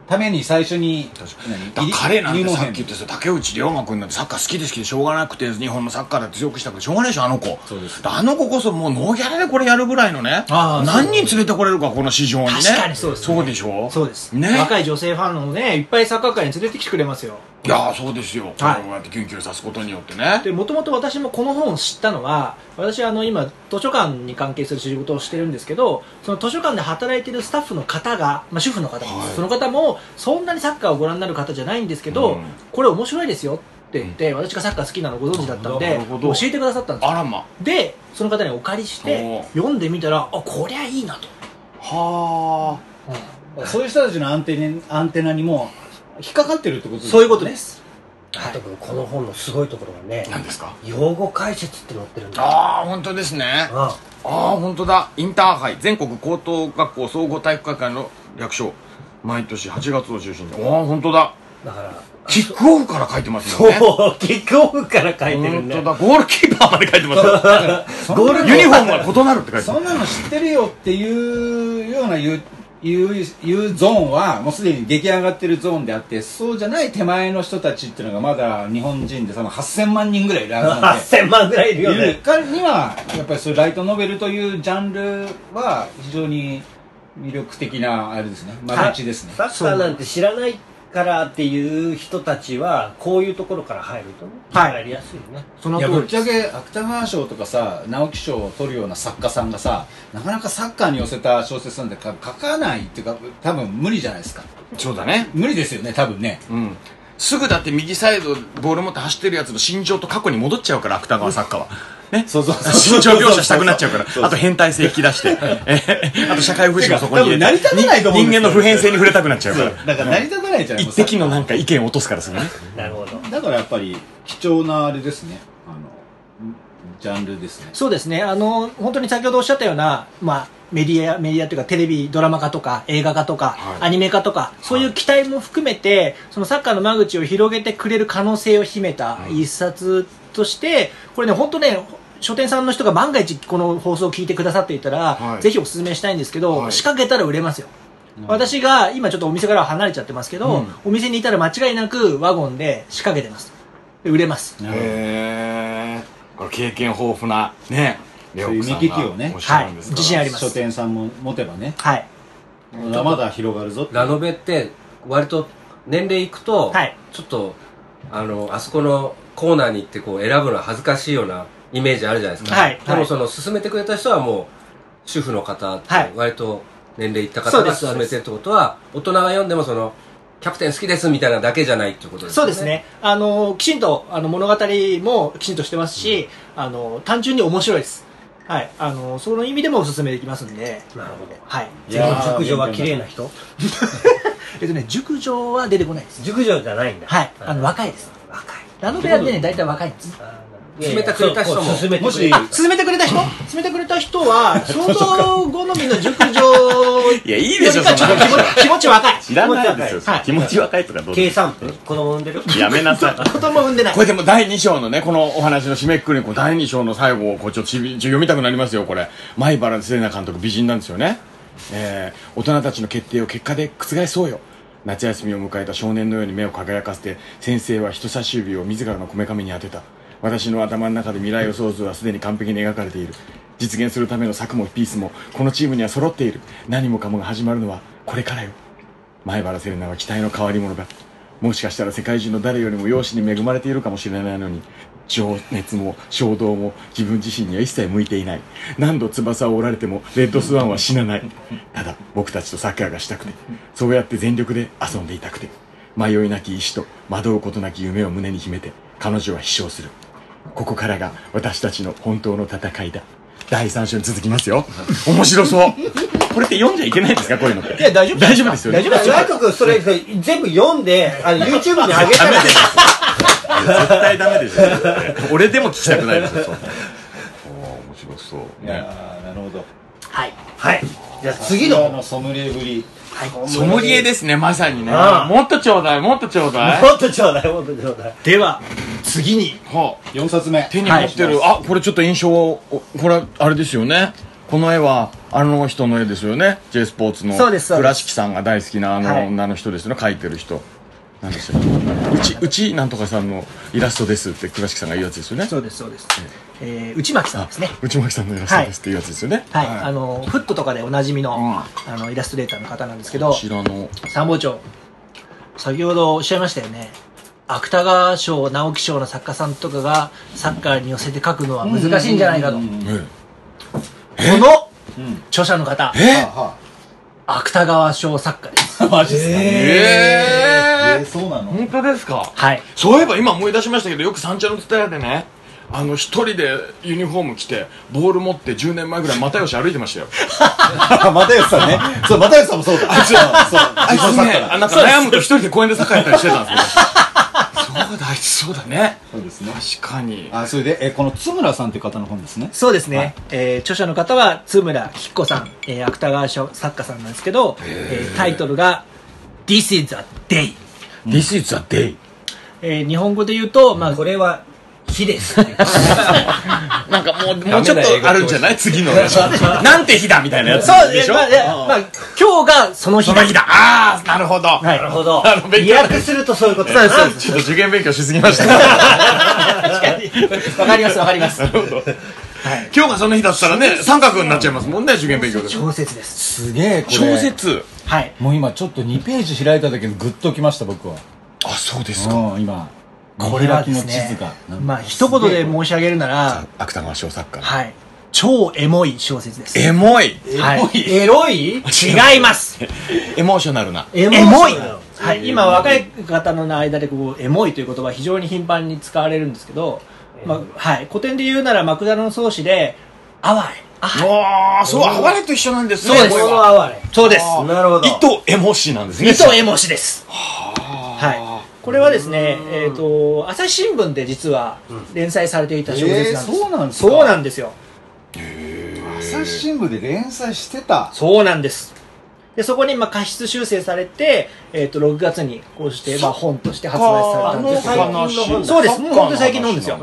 Speaker 5: ために最初に
Speaker 2: だから彼なんてさっき言って
Speaker 5: と
Speaker 2: さ竹内涼真君なんてサッカー好きで好きでしょうがなくて日本のサッカーだって強くしたくてしょうがないでしょあの子
Speaker 5: そうです
Speaker 2: あの子こそもうノーギャラでこれやるぐらいのね
Speaker 4: ああ
Speaker 2: 何人連れてこれるかこの市場にね
Speaker 4: 確かにそうですね
Speaker 2: そうでしょ
Speaker 4: そうです、
Speaker 2: ね
Speaker 4: 若い女性ファンのねいっぱいサッカー界に連れてきてくれますよ
Speaker 2: いやーそうですよ、こうやってキュンキュンさすことによってね
Speaker 4: でもともと私もこの本を知ったのは私はあの今図書館に関係する仕事をしてるんですけどその図書館で働いてるスタッフの方が、まあ、主婦の方も、その方もそんなにサッカーをご覧になる方じゃないんですけど、
Speaker 2: うん
Speaker 4: これ面白いですよって言って、私がサッカー好きなのご存知だったの
Speaker 2: な
Speaker 4: で
Speaker 2: るほ
Speaker 4: 教
Speaker 2: ど
Speaker 4: えてくださったんです
Speaker 2: あ
Speaker 4: よ
Speaker 2: らま
Speaker 4: でその方にお借りして
Speaker 2: お
Speaker 4: 読んでみたらあこりゃいいなと
Speaker 2: は
Speaker 5: そういう人たちのアンテナアンテナにも引っかかってるってことですね
Speaker 4: そういうことです、
Speaker 6: あとこの本のすごいところはね
Speaker 2: あ何ですか
Speaker 6: 用語解説って載ってるんだよ
Speaker 2: ああ本当ですね
Speaker 6: あ
Speaker 2: ああ本当だインターハイ全国高等学校総合体育会館の略称毎年8月を中心にああ本当だ
Speaker 6: あだから
Speaker 2: キックオフから書いてます
Speaker 6: そう
Speaker 2: よね
Speaker 6: キックオフから書いてる
Speaker 2: 本
Speaker 6: んだ
Speaker 2: 当
Speaker 6: よ
Speaker 2: だゴールキーパーまで書いてますよ
Speaker 6: ゴール
Speaker 2: ユニフォームは異なるって書いて
Speaker 5: そ
Speaker 2: ま
Speaker 5: んなの知ってるよっていうような言う言う言うゾーンはもうすでに出来上がってるゾーンであってそうじゃない手前の人たちっていうのがまだ日本人で多分8000万人ぐらいいるはずなんで
Speaker 6: 8000万ぐらいいるよ
Speaker 5: いる
Speaker 6: ね
Speaker 5: 彼にはやっぱりそういうライトノベルというジャンルは非常に魅力的なあれですね間口ですね、
Speaker 6: サッカーなんて知らないからっていう人たちはこういうところから入るとね
Speaker 4: はい
Speaker 6: 入りやすいよね
Speaker 4: その
Speaker 5: いやぶっ
Speaker 4: 通
Speaker 5: ち
Speaker 4: り
Speaker 5: ゃけ芥川賞とかさ直木賞を取るような作家さんがさなかなかサッカーに寄せた小説なんて書書かないっていうか多分無理じゃないですか
Speaker 2: すそうだね
Speaker 5: 無理ですよね多分ね
Speaker 2: うんすぐだって右サイドボール持って走ってるやつの心情と過去に戻っちゃうから芥川作家はね
Speaker 5: そうそうそう
Speaker 2: 心 情描写したくなっちゃうか
Speaker 5: そうそう
Speaker 2: らあと変態性引き出して えあと社会不信もそこに入れて
Speaker 5: てか多分成り立たないと思うんです
Speaker 2: 人
Speaker 5: よ
Speaker 2: 間の普遍性に触れたくなっちゃうから
Speaker 5: だから成り立たないじゃない
Speaker 2: 一滴のなんか意見を落とすからするね
Speaker 6: なるほど
Speaker 5: だからやっぱり貴重なあれですねあのジャンルですね
Speaker 4: そうですね、あの本当に先ほどおっしゃったような、まあ、メディア、メディアというか、テレビ、ドラマ化とか、映画化とか、
Speaker 2: はい
Speaker 4: アニメ化とか、そういう期待も含めて、そのサッカーの間口を広げてくれる可能性を秘めた一冊として、これね、本当ね、書店さんの人が万が一この放送を聞いてくださっていたら、
Speaker 2: はい
Speaker 4: ぜひお勧めしたいんですけど、
Speaker 2: はい
Speaker 4: 仕掛けたら売れますよ。私が今ちょっとお店からは離れちゃってますけど、
Speaker 2: うん
Speaker 4: お店にいたら間違いなくワゴンで仕掛けてます。で売れます。
Speaker 2: へえこれ経験豊富なねレオ
Speaker 5: そういう
Speaker 2: クさん
Speaker 5: 見聞きを
Speaker 2: が
Speaker 5: ね
Speaker 2: おっしゃるんです
Speaker 4: はい自信あ
Speaker 2: か
Speaker 4: ります
Speaker 5: 書店さんも持てばね
Speaker 4: はい。
Speaker 5: まだまだ広がるぞって
Speaker 6: ラノベって割と年齢いくと、
Speaker 4: はい
Speaker 6: ちょっとあのあそこのコーナーに行ってこう選ぶのは恥ずかしいようなイメージあるじゃないですか、
Speaker 4: はい
Speaker 6: でもその勧めてくれた人はもう主婦の方って
Speaker 4: はい
Speaker 6: 割と年齢いった
Speaker 4: そ
Speaker 6: 方
Speaker 4: うで
Speaker 6: が
Speaker 4: す
Speaker 6: 勧めてるってことは大人が読んでもそのキャプテン好きですみたいなだけじゃないってことです
Speaker 4: そ
Speaker 6: よ
Speaker 4: う
Speaker 6: ね
Speaker 4: ですね。あの、きちんと、あの、物語もきちんとしてますし、あの、単純に面白いです。はい。あの、その意味でもおすすめできますんで。
Speaker 6: なるほど
Speaker 4: はい。
Speaker 5: いやー
Speaker 6: 熟女は綺麗な人
Speaker 4: えっとね、熟女は出てこないです。
Speaker 6: 熟女じゃないんだ
Speaker 4: はい。あの、
Speaker 6: 若
Speaker 4: 若いです。
Speaker 6: い
Speaker 4: ラノベはね、大体若いんです。
Speaker 6: 勧めてくれた人も
Speaker 5: 勧めてくれた人もし
Speaker 4: あ、進めてくれた人進めてくれた人は、相当好みの熟女
Speaker 2: いやいいでしょ
Speaker 4: よりかちょっと
Speaker 2: そんな話
Speaker 4: 気持ち気持ち若い。
Speaker 2: 知らないですよ、
Speaker 4: はい
Speaker 2: 気持ち若いとかどう
Speaker 6: 計
Speaker 2: で
Speaker 6: 算分子供産んでる
Speaker 2: すや めなさい
Speaker 4: 子供産んでない
Speaker 2: こ。れでも第2章のね、このお話の締めくくりに、こう第2章の最後をこうちょっとちびちょ読みたくなりますよ、これ。前原聖奈監督、美人なんですよね。えー、大人たちの決定を結果で覆そうよ。夏休みを迎えた少年のように目を輝かせて、先生は人差し指を自らのこめかみに当てた。私の頭の中で未来予想図はすでに完璧に描かれている。実現するための策もピースも、このチームには揃っている。何もかもが始まるのは、これからよ。前原セレナは期待の変わり者だもしかしたら世界中の誰よりも容姿に恵まれているかもしれないのに情熱も衝動も自分自身には一切向いていない何度翼を折られてもレッドスワンは死なないただ僕たちとサッカーがしたくてそうやって全力で遊んでいたくて迷いなき意志と惑うことなき夢を胸に秘めて彼女は飛翔するここからが私たちの本当の戦いだ第3章に続きますよ面白そうこれって読んじゃいけないんですかこういうのっていや大丈夫大丈夫ですよね
Speaker 4: 大丈夫ですよ
Speaker 6: ライト君それ 全部読んであ の YouTube に上げたら
Speaker 2: 絶対ダメでしょ俺でも聞きたくないでしょそんな面白そう
Speaker 5: いやーなるほど
Speaker 4: はい。
Speaker 6: はいじゃあ次の
Speaker 5: あ
Speaker 6: も
Speaker 5: のソムリエぶり
Speaker 2: ソムリエですねまさにね
Speaker 6: ああ
Speaker 2: もっとちょうだいもっとちょうだい
Speaker 6: っとちょうだいもっとちょうだい
Speaker 4: では、次に。
Speaker 2: はあ
Speaker 5: 4冊目
Speaker 2: 手に持ってる、あこれちょっと印象をおこれあれですよねこの絵はあの人の絵ですよね J スポーツの
Speaker 7: そうですそうです
Speaker 2: 倉敷さんが大好きな
Speaker 7: は
Speaker 2: あ
Speaker 7: い
Speaker 2: の女の人ですね、描いてる人なんですようちうちなんとかさんのイラストですって倉敷さんが言うやつですよね
Speaker 4: そうですそうです、えー内巻さん
Speaker 2: あ
Speaker 4: ですね
Speaker 2: 内巻さんのイラストですっていうやつですよね
Speaker 4: はい、あのフットとかでおなじみの,、
Speaker 2: うん
Speaker 4: あのイラストレーターの方なんですけど
Speaker 2: こちらの
Speaker 4: 参謀長先ほどおっしゃいましたよね芥川賞直木賞の作家さんとかがサッカーに寄せて書くのは難しいんじゃないかと、こ
Speaker 2: え
Speaker 4: の著者の方
Speaker 5: えは
Speaker 4: 芥川賞作家です
Speaker 5: あ、マジっすか
Speaker 2: え
Speaker 5: え
Speaker 2: え
Speaker 5: ーそうなの
Speaker 7: 本当ですか
Speaker 4: はい
Speaker 2: そういえば今思い出しましたけどよく三茶の蔦屋でねあの一人でユニフォーム着てボール持って10年前ぐらい又吉歩いてましたよ
Speaker 5: 又吉さんね。そう、又吉さんもそうだ。あ、そう、
Speaker 2: あいつ
Speaker 5: そう。
Speaker 2: ねあなんか悩むと一人で公園で酒やったりしてたんですよそうだあいつそうだね
Speaker 5: そうですね。
Speaker 2: 確かに
Speaker 5: あ、それで、え、この津村さんという方の本ですね。
Speaker 4: そうですね、えー著者の方は津村きっこさん、えー芥川賞作家さんなんですけど、えータイトルが「This is a day
Speaker 2: This is a day」
Speaker 4: えー日本語で言うと、まあ、
Speaker 3: これは火ですっていう
Speaker 2: なんかもう
Speaker 6: な
Speaker 2: もうちょっとあるんじゃない次のね なんて日だみたいなやつ
Speaker 4: そう
Speaker 2: で
Speaker 4: で
Speaker 2: し
Speaker 4: し
Speaker 2: ょ
Speaker 4: ょ、まあいやまあ、今日がその日
Speaker 2: そ
Speaker 4: だ
Speaker 2: の日だああなるほど、
Speaker 4: はい
Speaker 3: なるほど
Speaker 2: あの勉強
Speaker 3: 意訳するとそういうこと
Speaker 4: そうですそうです
Speaker 2: ちょっと受験勉強しすぎました
Speaker 4: わかりますわかります
Speaker 2: 今日がその日だったらね三角になっちゃいますもんね受験勉強です
Speaker 4: 小説です
Speaker 5: すげえ、これ。
Speaker 2: 小。説
Speaker 4: はい
Speaker 5: もう今ちょっと2ページ開いただけでグッときました、僕は。
Speaker 2: あそうです
Speaker 5: うん、今。
Speaker 4: これは
Speaker 5: 開
Speaker 4: で
Speaker 5: きの
Speaker 4: す
Speaker 5: 地
Speaker 4: ね
Speaker 5: 図が。
Speaker 4: まあ一言で申し上げるなら
Speaker 2: 芥川賞作家の
Speaker 4: はい超エモい小説です
Speaker 2: エモい
Speaker 4: はい、
Speaker 3: エロい
Speaker 4: 違います
Speaker 2: エモーショナルな
Speaker 3: エ
Speaker 4: エモい、
Speaker 3: だよ
Speaker 4: はい、今若い方の間でこうエモいという言葉は非常に頻繁に使われるんですけど、まあはい、古典で言うなら「マクダラの創始」で「淡い」あ
Speaker 2: ああそうハワレと一緒なんですね
Speaker 4: そうです
Speaker 2: エモい
Speaker 3: 心
Speaker 2: は
Speaker 3: 哀れ
Speaker 4: そうです
Speaker 3: なるほど
Speaker 2: 意図エモしなんですね
Speaker 4: 糸エモしですはいこれはですね、えー、と朝日新聞で実は連載されていた小説なんです、
Speaker 5: えーそうなんですか
Speaker 4: そうなんですよ
Speaker 5: 朝日新聞で連載してた。
Speaker 4: そうなんですでそこにまあ過失修正されて、えー、と6月にこうしてまあ本として発売されたんですけど
Speaker 3: あの最近の本だ
Speaker 4: そうですもう本当に最近の本ですよ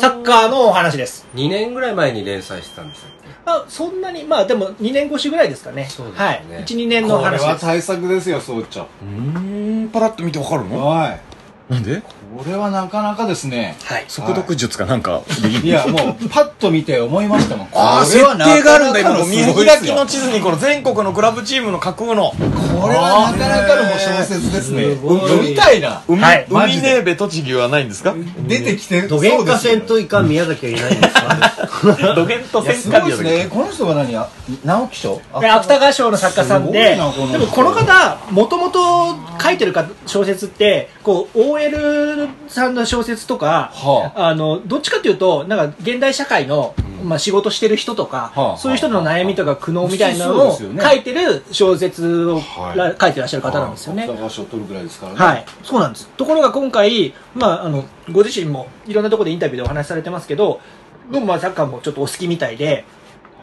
Speaker 4: サッカーのお話です
Speaker 6: 2年ぐらい前に連載してたんですよ
Speaker 4: あそんなにまあでも2年越しぐらいですかね
Speaker 6: そうですね
Speaker 4: はい12年の
Speaker 5: これ
Speaker 4: 話
Speaker 5: は
Speaker 4: です
Speaker 5: 対策ですよ、総長。
Speaker 2: うーんパラッと見てわかるの
Speaker 5: はい。
Speaker 2: なんで
Speaker 5: これはなかなかですね。
Speaker 4: はい
Speaker 2: 速読術かなんかでき
Speaker 5: い
Speaker 2: る
Speaker 5: や、もう、パッと見て思いましたもん。
Speaker 2: ああ
Speaker 5: こ
Speaker 2: 設
Speaker 5: れはな
Speaker 2: 定があるんだ
Speaker 5: かな
Speaker 2: 今
Speaker 5: か
Speaker 2: の
Speaker 5: の
Speaker 2: 見
Speaker 5: すごいっ
Speaker 2: 開
Speaker 5: す
Speaker 2: き
Speaker 5: よ
Speaker 2: の地図にこの全国のクラブチームの架空の
Speaker 5: これはなかなかのもう小説です
Speaker 3: す
Speaker 5: ね。
Speaker 3: ごい
Speaker 5: 読みたいな。
Speaker 2: 海,、
Speaker 4: はい
Speaker 5: マジ
Speaker 2: 海
Speaker 5: で
Speaker 2: ネーベ栃木はないんです か
Speaker 5: 出てきてる
Speaker 3: 土
Speaker 5: そう
Speaker 3: 幻
Speaker 5: で
Speaker 3: 化
Speaker 5: すよ
Speaker 3: 戦といかん宮崎はいないんです か
Speaker 2: ドゲント
Speaker 5: いや
Speaker 2: 戦
Speaker 5: すご
Speaker 2: 艦
Speaker 5: いですね。この人が何あ直木賞
Speaker 4: で芥川賞の作家さんです
Speaker 5: ごいなこの人
Speaker 4: でもこの方もともと書いてるか小説ってこう OL さんの小説とか、
Speaker 5: は
Speaker 4: あのどっちかというとなんか現代社会の、まあ、仕事してる人とか、
Speaker 5: はあ
Speaker 4: そういう人の悩みとか苦悩みたいな
Speaker 5: 普
Speaker 4: のを書
Speaker 5: 通そうですよね
Speaker 4: いてる小説を、ら書いてらっしゃる方なんですよね。
Speaker 5: 芥川賞取るぐらいですからね。
Speaker 4: はい、そうなんですところが今回、まあ、あのご自身もいろんなところでインタビューでお話しされてますけど、でもまあ、サッカーもちょっとお好きみたいで、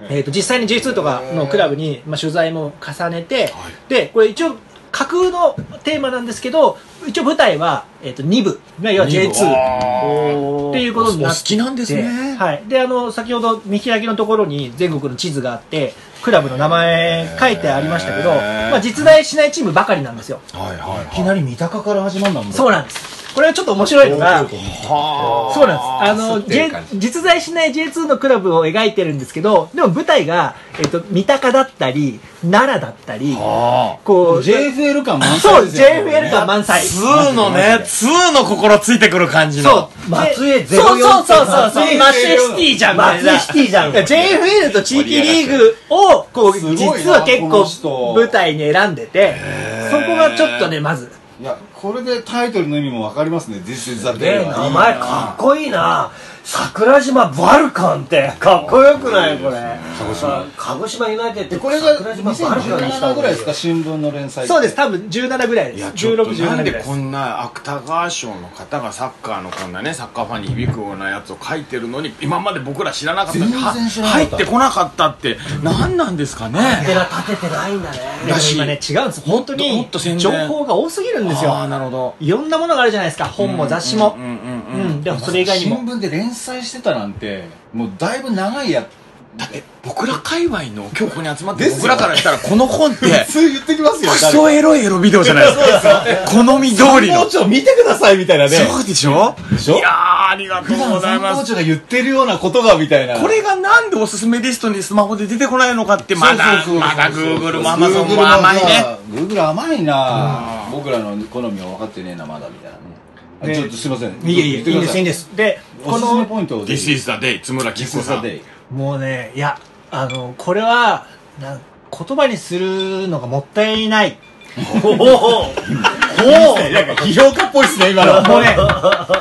Speaker 4: えー、と実際に J2 とかのクラブに、まあ、取材も重ねて、でこれ一応架空のテーマなんですけど一応舞台は、えー、と2部まあ要は J2 っていうことになって
Speaker 2: お好きなんですね
Speaker 4: はい、であの先ほど見開きのところに全国の地図があってクラブの名前書いてありましたけど、まあ、実在しないチームばかりなんですよ
Speaker 2: はいはい
Speaker 5: いきなり三鷹から始まるんだもん。
Speaker 4: そうなんですこれはちょっと面白いのが
Speaker 2: は
Speaker 4: そうなんです。あ
Speaker 6: 吸
Speaker 4: の、
Speaker 6: ってる
Speaker 4: J-
Speaker 6: 感じ
Speaker 4: 実在しない J2 のクラブを描いてるんですけど、でも舞台が、えっと、三鷹だったり、奈良だったり、
Speaker 2: あ
Speaker 4: こう、
Speaker 5: JFL 感満
Speaker 4: そ
Speaker 5: 載
Speaker 4: う、
Speaker 5: ですよね。
Speaker 4: JFL 感満載。
Speaker 2: ツーのねツーの心ついてくる感じの
Speaker 4: そう
Speaker 3: 松江04
Speaker 4: そうそうそうそう
Speaker 3: 松江04
Speaker 4: そう、松江シティじゃん、
Speaker 3: 松江シティじゃん
Speaker 4: みたいな JFL と地域リーグを、こう、
Speaker 5: すごいな
Speaker 4: 実は結
Speaker 5: この
Speaker 4: 構
Speaker 5: 人
Speaker 4: 舞台に選んでて、そこがちょっとね、まず、
Speaker 5: いや、これでタイトルの意味もわかりますね。This is the
Speaker 3: ね
Speaker 5: day
Speaker 3: え
Speaker 5: は
Speaker 3: 名前かっこいいな桜島バルカンってかっこよくないこれ鹿児島鹿児島ユナイテッドっ
Speaker 5: で、
Speaker 3: て
Speaker 5: これが
Speaker 3: 桜島バルカンにした
Speaker 5: 2017ぐらいですか、新聞の連載って
Speaker 4: そうです、多分17ぐら
Speaker 2: い
Speaker 4: いです。
Speaker 2: やちょっ
Speaker 4: 16、
Speaker 2: とな
Speaker 4: 17
Speaker 2: ん
Speaker 4: ぐ
Speaker 2: で
Speaker 4: らいです
Speaker 2: こ。んな芥川賞の方がサッカーのこんなねサッカーファンに響くようなやつを書いてるのに今まで僕ら知らなかった
Speaker 5: 全然知らなか
Speaker 2: 入
Speaker 5: っ
Speaker 2: ったてこなかったって何なんですかね
Speaker 3: 寺建ててないんだね
Speaker 4: でも
Speaker 2: らしい
Speaker 4: 今ね違うんです本当
Speaker 2: もっ
Speaker 4: に
Speaker 2: と宣伝
Speaker 4: 情報が多すぎるんですよ
Speaker 2: あーなるほど
Speaker 4: いろんなものがあるじゃないですか本も雑誌も
Speaker 2: うんうんうん
Speaker 4: うんでもそれ以外にも
Speaker 5: 新聞で連載してたなんて、もうだいぶ長いや、
Speaker 2: だって僕ら界隈の今日ここに集まってる僕らからしたらこの本って
Speaker 5: 普通言ってきますよ
Speaker 2: クソエロいエロビデオじゃないですか好み通り
Speaker 5: も
Speaker 2: の
Speaker 5: うちょ見てくださいみたいなね
Speaker 2: そうでしょ
Speaker 5: しょ
Speaker 2: いやーありがとう
Speaker 5: 普
Speaker 2: ご
Speaker 5: 段
Speaker 2: ざい
Speaker 5: 参
Speaker 2: ま
Speaker 5: 考
Speaker 2: す
Speaker 5: 長が言ってるようなことがみたいな
Speaker 2: これがなんでおすすめリストにスマホで出てこないのかってまだ
Speaker 5: そうそうそうそう
Speaker 2: まだ Google も Amazon も甘いね
Speaker 5: Google 甘いな僕らの好みは分かってねえなまだみたいなねあ
Speaker 4: ね
Speaker 5: ちょっとすいません
Speaker 4: いえいえ、いいんです、いいんですす。で、
Speaker 5: お
Speaker 4: こ
Speaker 5: すすめ
Speaker 4: の、
Speaker 5: ポイントを
Speaker 2: This is the day 津村貴
Speaker 5: This
Speaker 2: 子
Speaker 5: is
Speaker 2: さ
Speaker 5: the
Speaker 2: ん
Speaker 5: day
Speaker 4: もうね、いや、あの、これは、なん言葉にするのがもったいない。
Speaker 5: なんか批評家っぽいっすね今の
Speaker 4: もうね、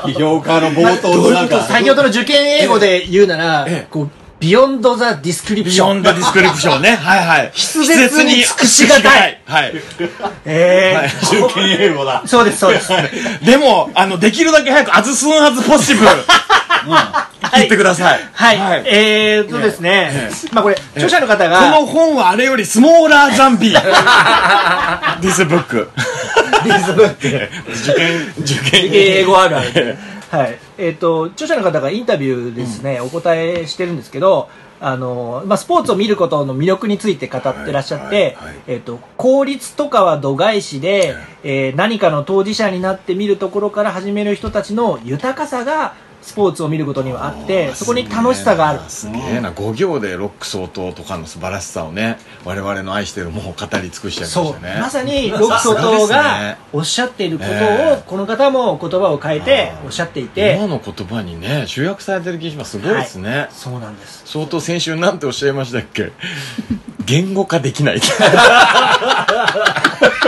Speaker 5: 批評家の冒頭
Speaker 4: ど
Speaker 5: の
Speaker 4: うい
Speaker 5: な
Speaker 4: うんこと
Speaker 5: か
Speaker 4: 先ほどの受験英語で言うなら、
Speaker 2: ええ
Speaker 4: こう、ビヨンドザディスクリプ
Speaker 2: ビ
Speaker 4: シ
Speaker 2: ヨ
Speaker 4: ョ
Speaker 2: ン
Speaker 4: ン。
Speaker 2: ドディスクリプションね。はいはい。
Speaker 4: 筆舌に尽くしがたい。
Speaker 2: はい。
Speaker 4: ええ
Speaker 5: 中堅英語だ
Speaker 4: そうです、そうです。
Speaker 2: でも、あの、できるだけ早く、アズスンアズポッシブル。言ってください。
Speaker 4: はい、
Speaker 2: はい
Speaker 4: えーっとです ね、まあこれ、著者の方
Speaker 2: こ
Speaker 4: が、
Speaker 2: の本はあれよりスモーラーザン ビー。This book. 受験、受験。
Speaker 4: 英語あるある。はい。えっ、と、著者の方がインタビューですね、お答えしてるんですけど、あの、まあ、スポーツを見ることの魅力について語ってらっしゃって、
Speaker 2: はいはいはい
Speaker 4: えっと、効率とかは度外視で、えー何かの当事者になって見るところから始める人たちの豊かさが、スポーツを見ることにはあって、そこに楽しさがある。
Speaker 2: すげえな、5行でロック相当とかの素晴らしさをね、我々の愛してるもう語り尽くしちゃいまし
Speaker 4: そ
Speaker 2: た
Speaker 4: う、
Speaker 2: ね。
Speaker 4: ま さにロクソ
Speaker 2: さすが
Speaker 4: ト
Speaker 2: です
Speaker 4: が
Speaker 2: ね
Speaker 4: おっしゃっていることを、
Speaker 2: ええ
Speaker 4: この方も言葉を変えておっしゃっていて、
Speaker 2: 今の言葉にね、集約されてる気がします。すごいですね。
Speaker 4: そうなんです。
Speaker 2: 相当先週なんておっしゃいましたっ け言語化できない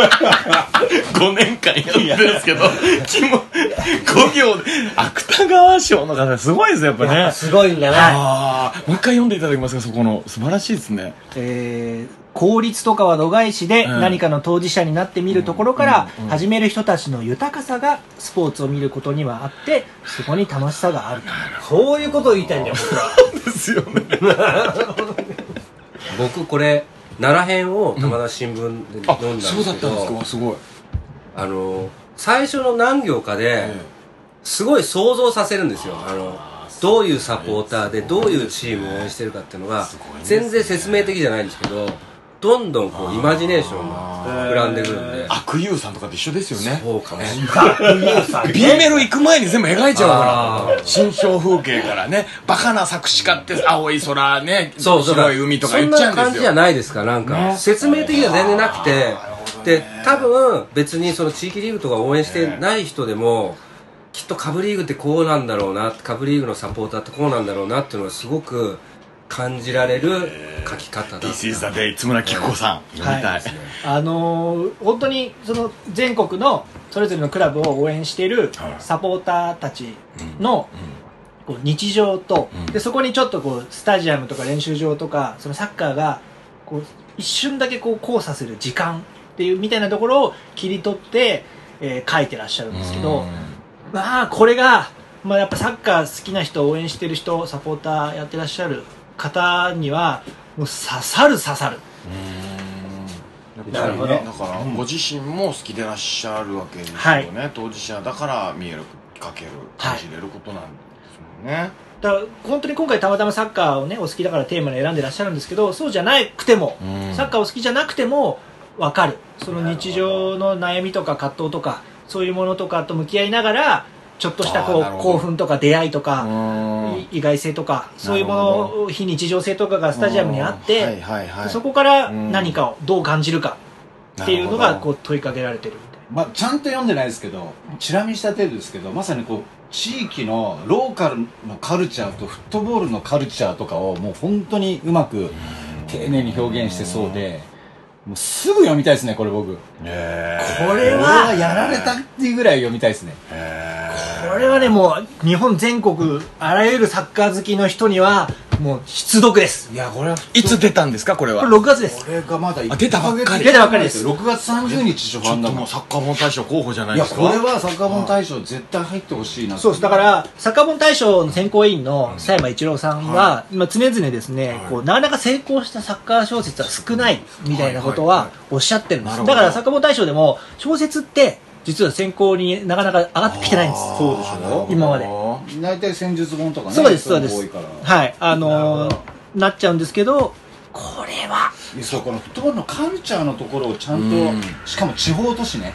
Speaker 2: 5年間やってるんですけど気も5行で芥川賞の方すごいですねやっぱね
Speaker 3: やっぱすごいんだな。
Speaker 2: ああもう一回読んでいただけますかそこの素晴らしいですね
Speaker 4: えー効率とかは度外視で
Speaker 2: うん
Speaker 4: 何かの当事者になってみるところから始める人たちの豊かさがスポーツを見ることにはあってそこに楽しさがある
Speaker 3: そういうことを言いたいんだよ、僕は。
Speaker 2: ですよね
Speaker 6: 僕これ奈良編を玉田新聞で
Speaker 2: あ
Speaker 6: 読んだん
Speaker 2: そ
Speaker 6: で
Speaker 2: うだ
Speaker 6: す
Speaker 2: っ
Speaker 6: け
Speaker 2: たんです
Speaker 6: ど
Speaker 2: かすごい
Speaker 6: あの最初の何行かで
Speaker 2: え
Speaker 6: すごい想像させるんですよあのどういうサポーターでどういうチームを応援してるかっていうのが全然説明的じゃないんですけどどんどんこうイマジネーションが膨らんでくるんで
Speaker 2: 悪友さんとかと一緒ですよね
Speaker 6: そうかもしれない
Speaker 2: ビーメロ行く前に全部描いちゃうか
Speaker 6: あ
Speaker 2: ら新象風景からねバカな作詞家って青い空ね
Speaker 6: そうそう
Speaker 2: 白い海とか言っちゃうん
Speaker 6: そんな感
Speaker 2: で
Speaker 6: じ
Speaker 2: す
Speaker 6: じゃ
Speaker 2: よ
Speaker 6: ないですかなんか、説明的には全然なくてで多分別にその地域リーグとか応援してない人でも、きっと下部リーグってこうなんだろうな下部リーグのサポーターってこうなんだろうなっていうのがすごく感じられる書き方だった、
Speaker 2: This is the day 津村貴子さん読みたい、
Speaker 4: あのー本当にその全国のそれぞれのクラブを応援しているサポーターたちのこう日常と、でそこにちょっとこうスタジアムとか練習場とかそのサッカーがこう一瞬だけこう交差する時間っていうみたいなところを切り取って、えー書いてらっしゃるんですけど。まあこれが、まあ、やっぱサッカー好きな人応援してる人サポーターやってらっしゃる方にはもう刺さる刺さる
Speaker 2: な
Speaker 5: な
Speaker 2: る
Speaker 5: る
Speaker 2: ほ
Speaker 5: ほ
Speaker 2: ど
Speaker 5: ど
Speaker 2: だからご自身も好きでらっしゃるわけですよね、当事者だから見えるかける
Speaker 4: はい
Speaker 2: 感じれることなんですもんね、
Speaker 4: だから本当に今回たまたまサッカーをねお好きだからテーマに選んでらっしゃるんですけどそうじゃなくても、
Speaker 2: うん
Speaker 4: サッカーお好きじゃなくても分かるその日常の悩みとか葛藤とかそういうものとかと向き合いながらちょっとしたこ
Speaker 2: あーなるほ
Speaker 4: う
Speaker 2: ど
Speaker 4: 興奮とか出会いと
Speaker 2: う
Speaker 4: か、
Speaker 2: ん
Speaker 4: い意外性とかそういうも
Speaker 2: なるほ
Speaker 4: の非日常性とかがスタジアムにあって、
Speaker 2: はいはいはい
Speaker 4: そこから
Speaker 2: うん
Speaker 4: 何かをどう感じるかっていうの
Speaker 2: なる
Speaker 4: が
Speaker 2: ほ
Speaker 4: こう問いかけられてるみたいな
Speaker 5: まあ、ちゃんと読んでないですけどチラ見した程度ですけどまさにこう地域のローカルのカルチャーとフットボールのカルチャーとかをもう本当にうまく丁寧に表現してそうでもうすぐ読みたいですねこれ僕こ
Speaker 2: どね
Speaker 5: れはやられたっていうぐらい読みたいですね
Speaker 4: これはねもう日本全国あらゆるサッカー好きの人にはもう必読です
Speaker 5: いやこれはい
Speaker 2: つ出たんですかこれは
Speaker 4: これ6月です
Speaker 5: これがまだ
Speaker 2: あ出たばっかり
Speaker 4: 出たばっかりです
Speaker 5: 6月30日初
Speaker 2: ちょ
Speaker 5: 版
Speaker 2: っと
Speaker 5: だも
Speaker 2: も
Speaker 5: ん
Speaker 2: うサッカー本大賞候補じゃない
Speaker 5: い
Speaker 2: で
Speaker 5: や
Speaker 2: すか
Speaker 5: これはサッカー本大賞絶対入ってほしいな
Speaker 4: そうですだからサッカー本大賞の選考委員の佐山一郎さんは、今常々ですね、こうなかなか成功したサッカー小説は少ないみたいなこと
Speaker 2: はい
Speaker 4: は
Speaker 2: はい
Speaker 4: おっしゃってるんです、
Speaker 2: なるほど
Speaker 4: だからサッカー本大賞でも小説って実は選考になかなか上がってきてないんです
Speaker 5: そうでしょ
Speaker 4: 今まで
Speaker 5: 大体戦術本とかね
Speaker 4: そうですそうで
Speaker 5: い
Speaker 4: す
Speaker 5: のが多いから
Speaker 4: はいあのーなっちゃうんですけどこれは
Speaker 5: そうこのフットボールのカルチャーのところをちゃんと、しかも地方都市ね、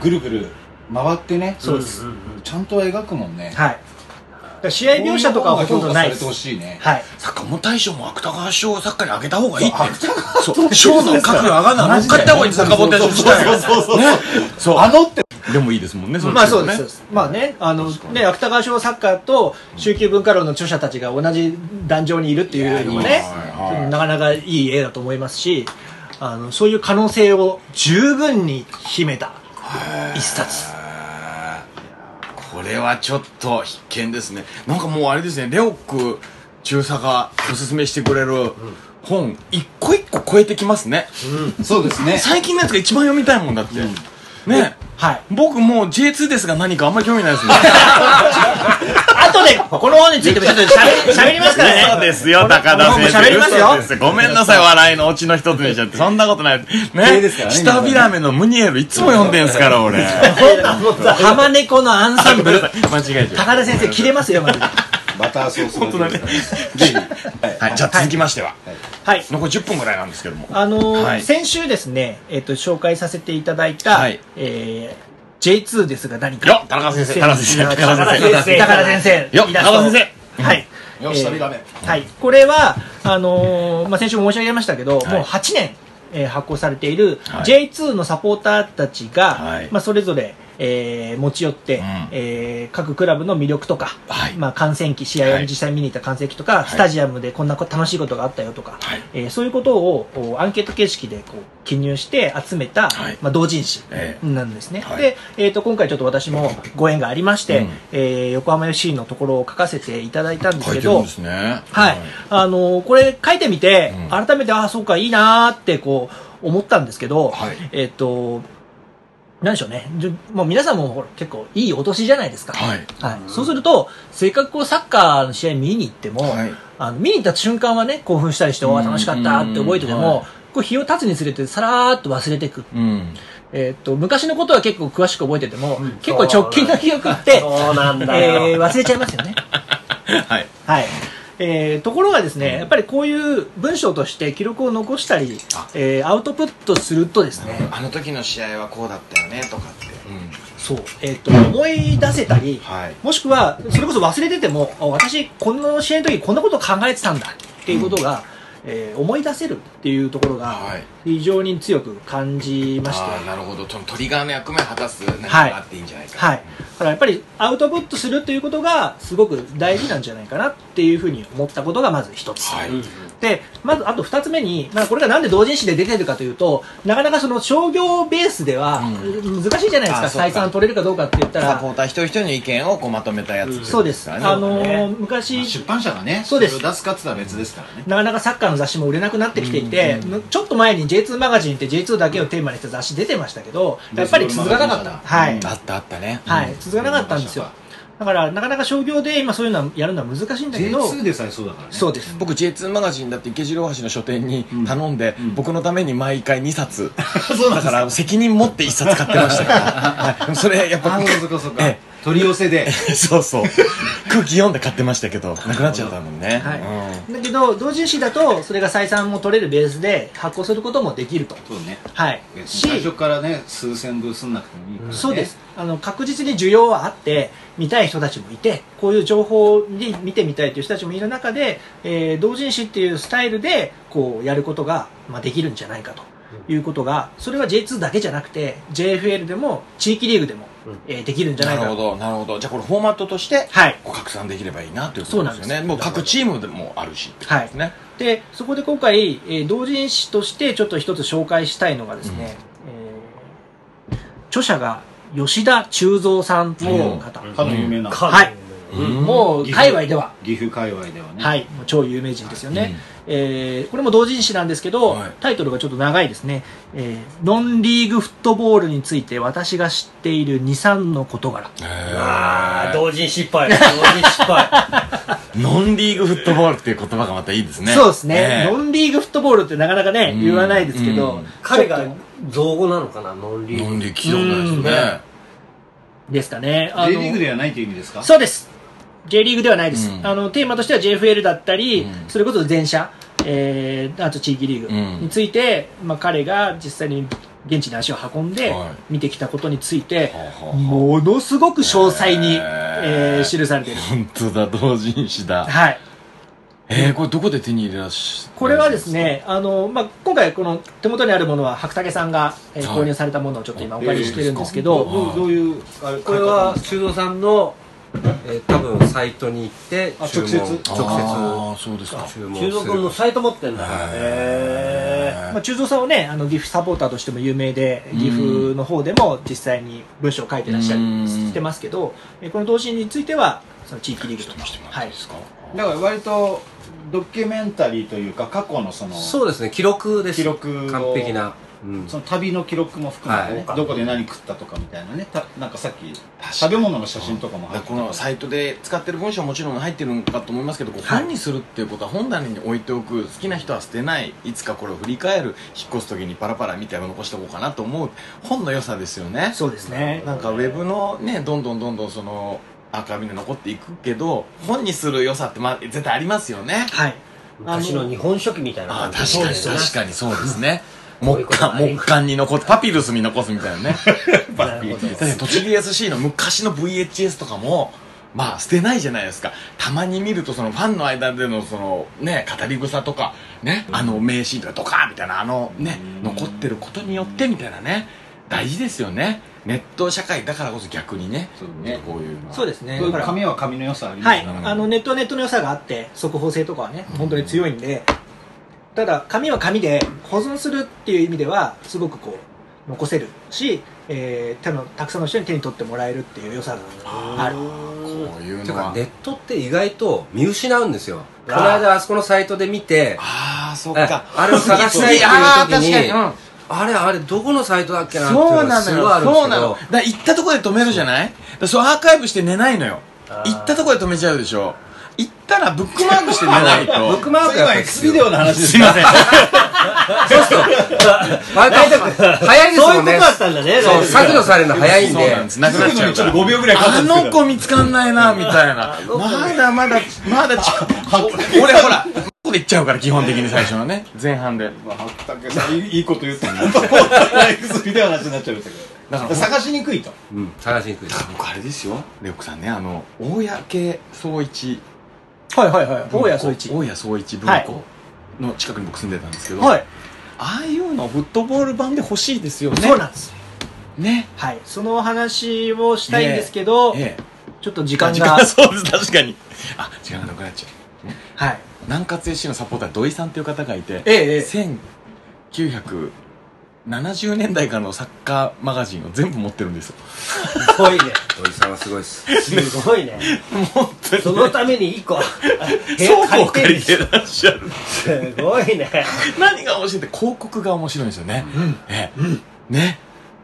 Speaker 5: ぐるぐる回ってね
Speaker 4: そうです
Speaker 5: ちゃんと描くもんね
Speaker 4: はいだから試合描写とかはほとんどない
Speaker 5: こ
Speaker 4: で
Speaker 5: ういうのが評価されて
Speaker 4: す
Speaker 5: ほしいね
Speaker 4: はい
Speaker 2: 作家も大賞も芥川賞を作家にあげた方がいい って。そう。賞の各上がるの乗っかった方がいいんです、作家本大賞自体が。そうそうそう。
Speaker 5: あのって
Speaker 2: でもいいですもんね、
Speaker 4: まあそうですそうですまあねあのね芥川賞作家と宗教文化論の著者たちが同じ壇上にいるっていうのも
Speaker 2: いやいい
Speaker 4: ね
Speaker 2: ですねはい
Speaker 4: なかなかいい絵だと思いますしあのそういう可能性を十分に秘めた一冊
Speaker 2: これはちょっと必見ですねなんかもうあれですねレオック中佐がおすすめしてくれる本一個一個超えてきますね、
Speaker 5: そうですね
Speaker 2: 最近のやつが一番読みたいもんだって、ね
Speaker 4: はい
Speaker 2: 僕もう J2 ですが何かあんまり興味ないですもん
Speaker 4: あとでこの本についてもちょっとしゃ べしゃべりますからね
Speaker 2: すよ高
Speaker 4: 田先生
Speaker 2: 喋りますよごめんなさい笑いのオチの一つにしちゃってそんなことないね
Speaker 5: 礼ですからね
Speaker 2: 下ビラメのムニエルいつも読んでんすから 俺
Speaker 4: 浜猫のアンサンブル
Speaker 2: 間違えちゃう
Speaker 4: 高田先生切れますよマジで
Speaker 5: バターソース
Speaker 2: 本当だねぜひ、はい、じゃあ続きましては、
Speaker 4: はい
Speaker 2: 残り10分ぐらいなんですけども
Speaker 4: あのー
Speaker 2: はい
Speaker 4: 先週ですね、えっと紹介させていただいた、
Speaker 2: はい
Speaker 4: えー J2 ですが何か
Speaker 2: よっ田中先生田中先生
Speaker 4: 高
Speaker 2: 田
Speaker 4: 田先
Speaker 3: 中先生
Speaker 4: 生高田先生
Speaker 2: よっ
Speaker 4: イラスト
Speaker 2: 高田先
Speaker 4: はい
Speaker 5: よ
Speaker 4: えー
Speaker 5: し旅だめ
Speaker 4: はいこれはあのーまあ、先週も申し上げましたけど、
Speaker 2: い
Speaker 4: もう8年、えー発行されている
Speaker 2: はい
Speaker 4: J2 のサポーターたちが、
Speaker 2: はい
Speaker 4: まあ、それぞれ、えー持ち寄って、
Speaker 2: ん
Speaker 4: えー各クラブの魅力とか、
Speaker 2: はい
Speaker 4: まあ、観戦記試合を実際見に行った観戦記とか、
Speaker 2: い
Speaker 4: スタジアムでこんなこ楽しいことがあったよとか、
Speaker 2: はい
Speaker 4: えーそういうことをおアンケート形式でこう記入して集め
Speaker 2: は
Speaker 4: た、
Speaker 2: い
Speaker 4: まあ、同人誌
Speaker 2: え
Speaker 4: なんですね、
Speaker 2: はい
Speaker 4: で、えー、と今回ちょっと私もご縁がありまして、
Speaker 2: うん
Speaker 4: えー横浜 FC のところを書かせていただいたんです
Speaker 2: 書い
Speaker 4: け
Speaker 2: てるん
Speaker 4: ど
Speaker 2: ですね
Speaker 4: はい、あのーこれ書いてみて、
Speaker 2: うん
Speaker 4: 改めてああそうかいいなーってこう思ったんですけど、
Speaker 2: はい
Speaker 4: えっ、となんでしょうねじゅもう皆さんもほら結構いいお年じゃないですか、
Speaker 2: はい
Speaker 4: はいそうするとせっかくこうサッカーの試合見に行っても、
Speaker 2: はい
Speaker 4: あの見に行った瞬間はね興奮したりして、おー楽しかったって覚えてて
Speaker 2: うん
Speaker 4: も、こう日を経つにつれてさらーっと忘れていく
Speaker 2: うん
Speaker 4: えーっと昔のことは結構詳しく覚えてても、結構
Speaker 3: そう
Speaker 4: 直近の記憶って、
Speaker 3: そうなんだよ、
Speaker 4: えー忘れちゃいますよね。
Speaker 2: はい
Speaker 4: はいえーところがですね、やっぱりこういう文章として記録を残したり
Speaker 2: あ、
Speaker 4: えーアウトプットするとですね、
Speaker 2: あの時の試合はこうだったよねとかって
Speaker 4: そう、えーっと思い出せたり、
Speaker 2: はい
Speaker 4: もしくはそれこそ忘れてても、あ私この試合の時こんなこと考えてたんだっていうことが、えー思い出せるっていうところが
Speaker 2: はい
Speaker 4: 非常に強く感じまして、
Speaker 2: ああなるほどそのトリガーの役目を果たす何か
Speaker 4: はい
Speaker 2: があっていいんじゃないか
Speaker 4: はい、だからやっぱりアウトプットするということがすごく大事なんじゃないかなっていうふうに思ったことがまず一つ、
Speaker 2: はい
Speaker 4: でまずあと二つ目に、まあ、これがなんで同人誌で出てるかというとなかなかその商業ベースでは難しいじゃないですか、
Speaker 2: あそうか
Speaker 4: 採算取れるかどうかって言った
Speaker 2: サポ
Speaker 4: ら
Speaker 2: ーター一人一人の意見をこうまとめたやつ
Speaker 4: そうです、
Speaker 2: からね
Speaker 4: あの
Speaker 2: ね
Speaker 4: ー昔
Speaker 5: 出版社がね
Speaker 4: そうです
Speaker 5: れを出すかって言ったら別ですからね
Speaker 4: なかなかサッカーの雑誌も売れなくなってきていて、ちょっと前に J2 マガジンって J2 だけをテーマにした雑誌出てましたけどやっぱり続かなかった、
Speaker 5: うん
Speaker 4: はい、
Speaker 2: あったあったね
Speaker 4: はい、続かなかったんですよ。だから、なかなか商業で今そういうのはやるのは難しいんだけど、
Speaker 5: J2 でさえそうだからね
Speaker 4: そうです。
Speaker 2: 僕 J2 マガジンだって池尻大橋の書店に頼んで、僕のために毎回2冊
Speaker 5: そうなん
Speaker 2: だ
Speaker 5: です
Speaker 2: から責任持って1冊買ってましたから、はいでもそれやっぱ
Speaker 5: あーそっかそっか
Speaker 2: え
Speaker 5: 取り寄せで
Speaker 2: え そうそう空気読んで買ってましたけどなくなっちゃったもんね、
Speaker 4: はい
Speaker 2: うん
Speaker 4: だけど、同人誌だと、それが採算も取れるベースで発行することもできると。
Speaker 5: そうね
Speaker 4: はい。し、
Speaker 5: 最初からね数千部すんなくてもいいからね
Speaker 4: そうです。あの、確実に需要はあって、見たい人たちもいて、こういう情報に見てみたいという人たちもいる中で、えー同人誌っていうスタイルで、こう、やることが、まあ、できるんじゃないかと。いうことがそれは J2 だけじゃなくて JFL でも地域リーグでも、えーできるんじゃない
Speaker 2: な
Speaker 4: か
Speaker 2: る
Speaker 4: と
Speaker 2: ほどなるほどじゃあこれフォーマットとして
Speaker 4: はい
Speaker 2: こう拡散できればいいなということですよ
Speaker 4: そうなん
Speaker 2: ね
Speaker 4: です
Speaker 2: もう各チームでもあるしってことですね、
Speaker 4: でそこで今回、えー同人誌としてちょっと一つ紹介したいのがですね、えー著者が吉田忠三さんという方、
Speaker 5: かの有名な
Speaker 4: は
Speaker 2: う
Speaker 4: い、
Speaker 2: ん
Speaker 4: もう界隈では、
Speaker 5: 岐阜界隈ではね
Speaker 4: はい、もう超有名人ですよね、えーこれも同人誌なんですけど、
Speaker 2: はい
Speaker 4: タイトルがちょっと長いですね、えーノンリーグフットボールについて私が知っている23の事柄
Speaker 3: あー同人失敗同人失敗
Speaker 2: ノンリーグフットボールっていう言葉がまたいいですね
Speaker 4: そうですね、
Speaker 2: ええ
Speaker 4: ノンリーグフットボールってなかなかね
Speaker 2: うん
Speaker 4: 言わないですけど、
Speaker 2: うん
Speaker 3: 彼が造語なのかなノンリ
Speaker 2: ノ
Speaker 3: ー
Speaker 2: ン
Speaker 3: グ
Speaker 2: リーグ聞いたことないですね
Speaker 4: ですかねあの
Speaker 5: J リーグではないという意味ですか
Speaker 4: そうです。 J リーグではないです、
Speaker 2: うん
Speaker 4: あのテーマとしては JFL だったり、
Speaker 2: うん
Speaker 4: それこそ全社、えーあと地域リーグ
Speaker 2: うん
Speaker 4: について、まあ、彼が実際に現地に足を運んで
Speaker 2: は
Speaker 4: 見てきたことについて、
Speaker 2: はあはあ
Speaker 4: ものすごく詳細に、
Speaker 2: へー
Speaker 4: えー記されている、
Speaker 2: 本当だ同人誌だ
Speaker 4: はい、
Speaker 2: えー、これどこで手に入れらっし
Speaker 4: これはですねあの、まあ、今回この手元にあるものは白竹さんが、えー
Speaker 2: はい
Speaker 4: 購入されたものをちょっと今お借りしてるんですけど、
Speaker 5: どうどういうあれ
Speaker 6: これは修造さんの、えー多分サイトに行って
Speaker 5: あ
Speaker 6: 注文
Speaker 5: 直接
Speaker 2: ああそうですか
Speaker 6: 直接注文
Speaker 3: 中
Speaker 6: する
Speaker 3: 蔵君のサイト持ってんだへ
Speaker 4: まあ、中蔵さんはねあの岐阜サポーターとしても有名で岐阜の方でも実際に文章を書いてらっしゃ
Speaker 2: うん
Speaker 4: るしてますけどえこの同心についてはその地域リーグとかはい
Speaker 5: だから割とドキュメンタリーというか過去のその
Speaker 6: そうですね記録です
Speaker 5: 記録を
Speaker 6: 完璧な、うん
Speaker 5: その旅の記録も含めてね、
Speaker 3: はい
Speaker 5: どこで何食ったとかみたいなねたなんかさっき食べ物の写真とかも入って
Speaker 2: このサイトで使ってる文章ももちろん入ってるのかと思いますけど、こう本にするっていうことは本棚に置いておく好きな人は捨てないいつかこれを振り返る引っ越す時にパラパラ見て残しておこうかなと思う本の良さですよね
Speaker 4: そうですね
Speaker 2: なんかウェブのねどんどんどんどんそのアーカイブに残っていくけど本にする良さって、まあ、絶対ありますよね
Speaker 4: はい
Speaker 3: え昔の日本書紀みたいな
Speaker 2: ああ
Speaker 3: 感じ
Speaker 2: 確かに
Speaker 3: そうで
Speaker 2: 確
Speaker 3: すね
Speaker 2: かにそうですね
Speaker 3: こう
Speaker 2: 木
Speaker 3: いうこと
Speaker 2: 管
Speaker 3: があり
Speaker 2: 木管に残ってパピルスに残すみたいなね
Speaker 3: なるほど
Speaker 2: だって栃木 SC の昔の VHS とかもまあ捨てないじゃないですかたまに見るとそのファンの間でのそのね語り草とかねあの名シーンとかドカーンみたいなあのね残ってることによってみたいなね大事ですよねネット社会だからこそ逆にね
Speaker 5: そうね
Speaker 2: こういうのは
Speaker 4: そうですね
Speaker 5: こういう
Speaker 4: だから
Speaker 5: 紙は紙の良さありま
Speaker 4: は
Speaker 5: す
Speaker 4: い
Speaker 5: ね、
Speaker 4: あのネットはネットの良さがあって速報性とかはね本当に強いんでただ紙は紙で保存するっていう意味ではすごくこう残せるし、えー、手のたくさんの人に手に取ってもらえるっていう良さがある
Speaker 2: こういう
Speaker 6: て
Speaker 2: の
Speaker 6: か
Speaker 2: は
Speaker 6: ネットって意外と見失うんですよ
Speaker 3: あ
Speaker 6: こ
Speaker 3: ー
Speaker 6: の間あそこのサイトで見て
Speaker 2: ああそう
Speaker 6: え
Speaker 2: か
Speaker 6: あれを探したいって
Speaker 2: ああ確か
Speaker 6: いう時
Speaker 2: に
Speaker 6: に
Speaker 2: うん
Speaker 6: あれあれどこのサイトだっけなっていう
Speaker 2: そう
Speaker 6: のが
Speaker 2: な
Speaker 6: す
Speaker 2: の
Speaker 6: ごいあ
Speaker 2: よ
Speaker 6: るんです
Speaker 2: そう
Speaker 6: け
Speaker 2: なの
Speaker 6: ど
Speaker 2: だから行ったとこで止めるじゃないだからそうアーカイブして寝ないのよ
Speaker 3: あー
Speaker 2: 行ったとこで止めちゃうでしょ行ったらブックマークして寝ないと
Speaker 6: ブックマークやっぱり
Speaker 5: ビデオの話です
Speaker 2: いません
Speaker 6: 毎回早いです
Speaker 3: そうい
Speaker 6: も
Speaker 3: うんこ
Speaker 6: ね
Speaker 3: とだったんだね
Speaker 6: そう削除されるの早いん
Speaker 2: そう
Speaker 6: で
Speaker 2: なんですなくなっちゃうから
Speaker 5: 5秒ぐらいかか
Speaker 2: あ
Speaker 5: るんです
Speaker 2: の
Speaker 5: けど
Speaker 2: 子見つかんないなみたいなまだまだまだち俺ほらここで行っちゃうから基本的に最初のね前半で
Speaker 5: まあ八竹さんいいいいこと言った なと思ったら X ビデオの話になっちゃいましたけど
Speaker 2: だから
Speaker 5: 探しにくいと
Speaker 6: うん探しにくいです
Speaker 2: 僕あれですよレオクさんねあの大谷総一
Speaker 4: はいはいはい大谷総一
Speaker 2: 大谷総一文庫の近くに僕住んでたんですけど、
Speaker 4: はい
Speaker 2: ああいうのフットボール版で欲しいですよね
Speaker 4: そうなんです
Speaker 2: ね
Speaker 4: はいそのお話をしたいんですけど、
Speaker 2: ええ
Speaker 4: ちょっと時間
Speaker 2: 時
Speaker 4: が
Speaker 2: 間 そうです確かにあ時間がなくなっちゃう
Speaker 4: はい
Speaker 2: 南葛 SC のサポーター土井さんという方がいて
Speaker 4: ええええ
Speaker 2: 1970年代からのサッカーマガジンを全部持ってるんですよ
Speaker 3: すごいね
Speaker 6: 土井さんはすごいです
Speaker 3: すごいねそのために一個部 屋
Speaker 2: 倉庫
Speaker 3: 借
Speaker 2: を
Speaker 3: りて
Speaker 2: 借り
Speaker 3: るして
Speaker 2: らっしゃる
Speaker 3: すごいね
Speaker 2: 何が面白いって広告が面白いんですよね、ええね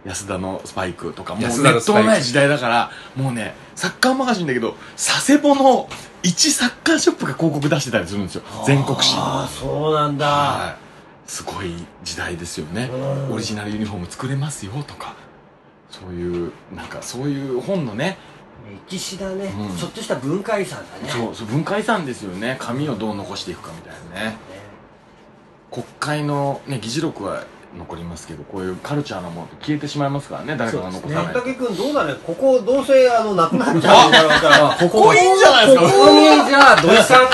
Speaker 2: 安田のスパイクとかもうネ
Speaker 6: 安田の
Speaker 2: ッ
Speaker 6: スパ
Speaker 2: ト
Speaker 6: イク
Speaker 2: もない時代だからもうねサッカーマガジンだけど佐世保の一サッカーショップが広告出してたりするんですよ全国紙
Speaker 3: ああそうなんだ
Speaker 2: はい、すごい時代ですよね
Speaker 3: うん
Speaker 2: オリジナルユニフォーム作れますよとかそういうなんかそういう本のね
Speaker 3: 歴史だね
Speaker 2: うん
Speaker 3: ちょっとした文化遺産だね
Speaker 2: そうそう文化遺産ですよね紙をどう残していくかみたいなね国会の、ね、議事録は残りますけどこういうカルチャーのものって消えてしまいますからね誰かが残さない
Speaker 3: 八
Speaker 2: と、
Speaker 3: 武君どうだねここどうせあのなくなっちゃうだろうから
Speaker 2: ここいいんじゃないです
Speaker 6: こ
Speaker 2: か
Speaker 6: こにじゃあ土井さん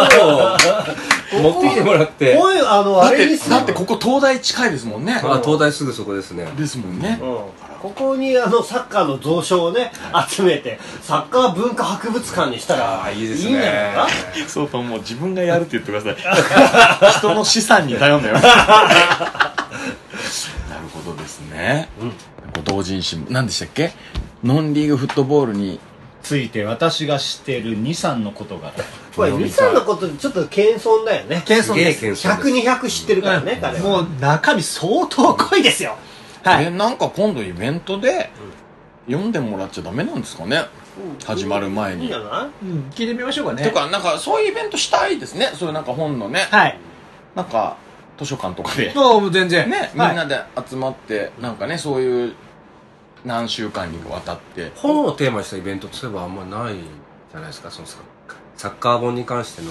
Speaker 6: の本を持ってきてもらって
Speaker 3: こういうあの
Speaker 2: だ
Speaker 3: あ
Speaker 2: っ
Speaker 3: れ
Speaker 2: て
Speaker 3: にする
Speaker 2: だってここ東大近いですもんね
Speaker 6: あ東大すぐそこですね
Speaker 2: ですもんね、
Speaker 3: うんここにあのサッカーの蔵書をね集めてサッカー文化博物館にしたら
Speaker 6: あー
Speaker 3: い
Speaker 6: いい
Speaker 3: いん
Speaker 6: です
Speaker 3: じ
Speaker 6: ね
Speaker 3: ゃないか
Speaker 2: そうともう自分がやるって言ってくださ い人の資産に頼んだよなるほどですね、ご同人誌も何でしたっけノンリーグフットボールに
Speaker 5: ついて私が知ってる23の事柄
Speaker 3: これミサのことちょっと謙遜だよね
Speaker 6: すげえ謙遜です
Speaker 3: 100200知ってるからね彼は
Speaker 4: もう中身相当濃いですよは
Speaker 2: え
Speaker 4: い
Speaker 2: なんか今度イベントで読んでもらっちゃダメなんですかね、始まる前
Speaker 3: いいん
Speaker 2: に
Speaker 3: じゃない
Speaker 4: うん聞いてみましょうかね
Speaker 2: とかなんかそういうイベントしたいですねそういうなんか本のね
Speaker 4: はい
Speaker 2: なんか図書館とかで
Speaker 4: どうも全然
Speaker 2: ねみん
Speaker 4: はい
Speaker 2: なで集まってなんかねそういう何週間にわたって
Speaker 6: 本をテーマにしたイベントといえばあんまりないじゃないですか、そのサッカーサッカー本に関しての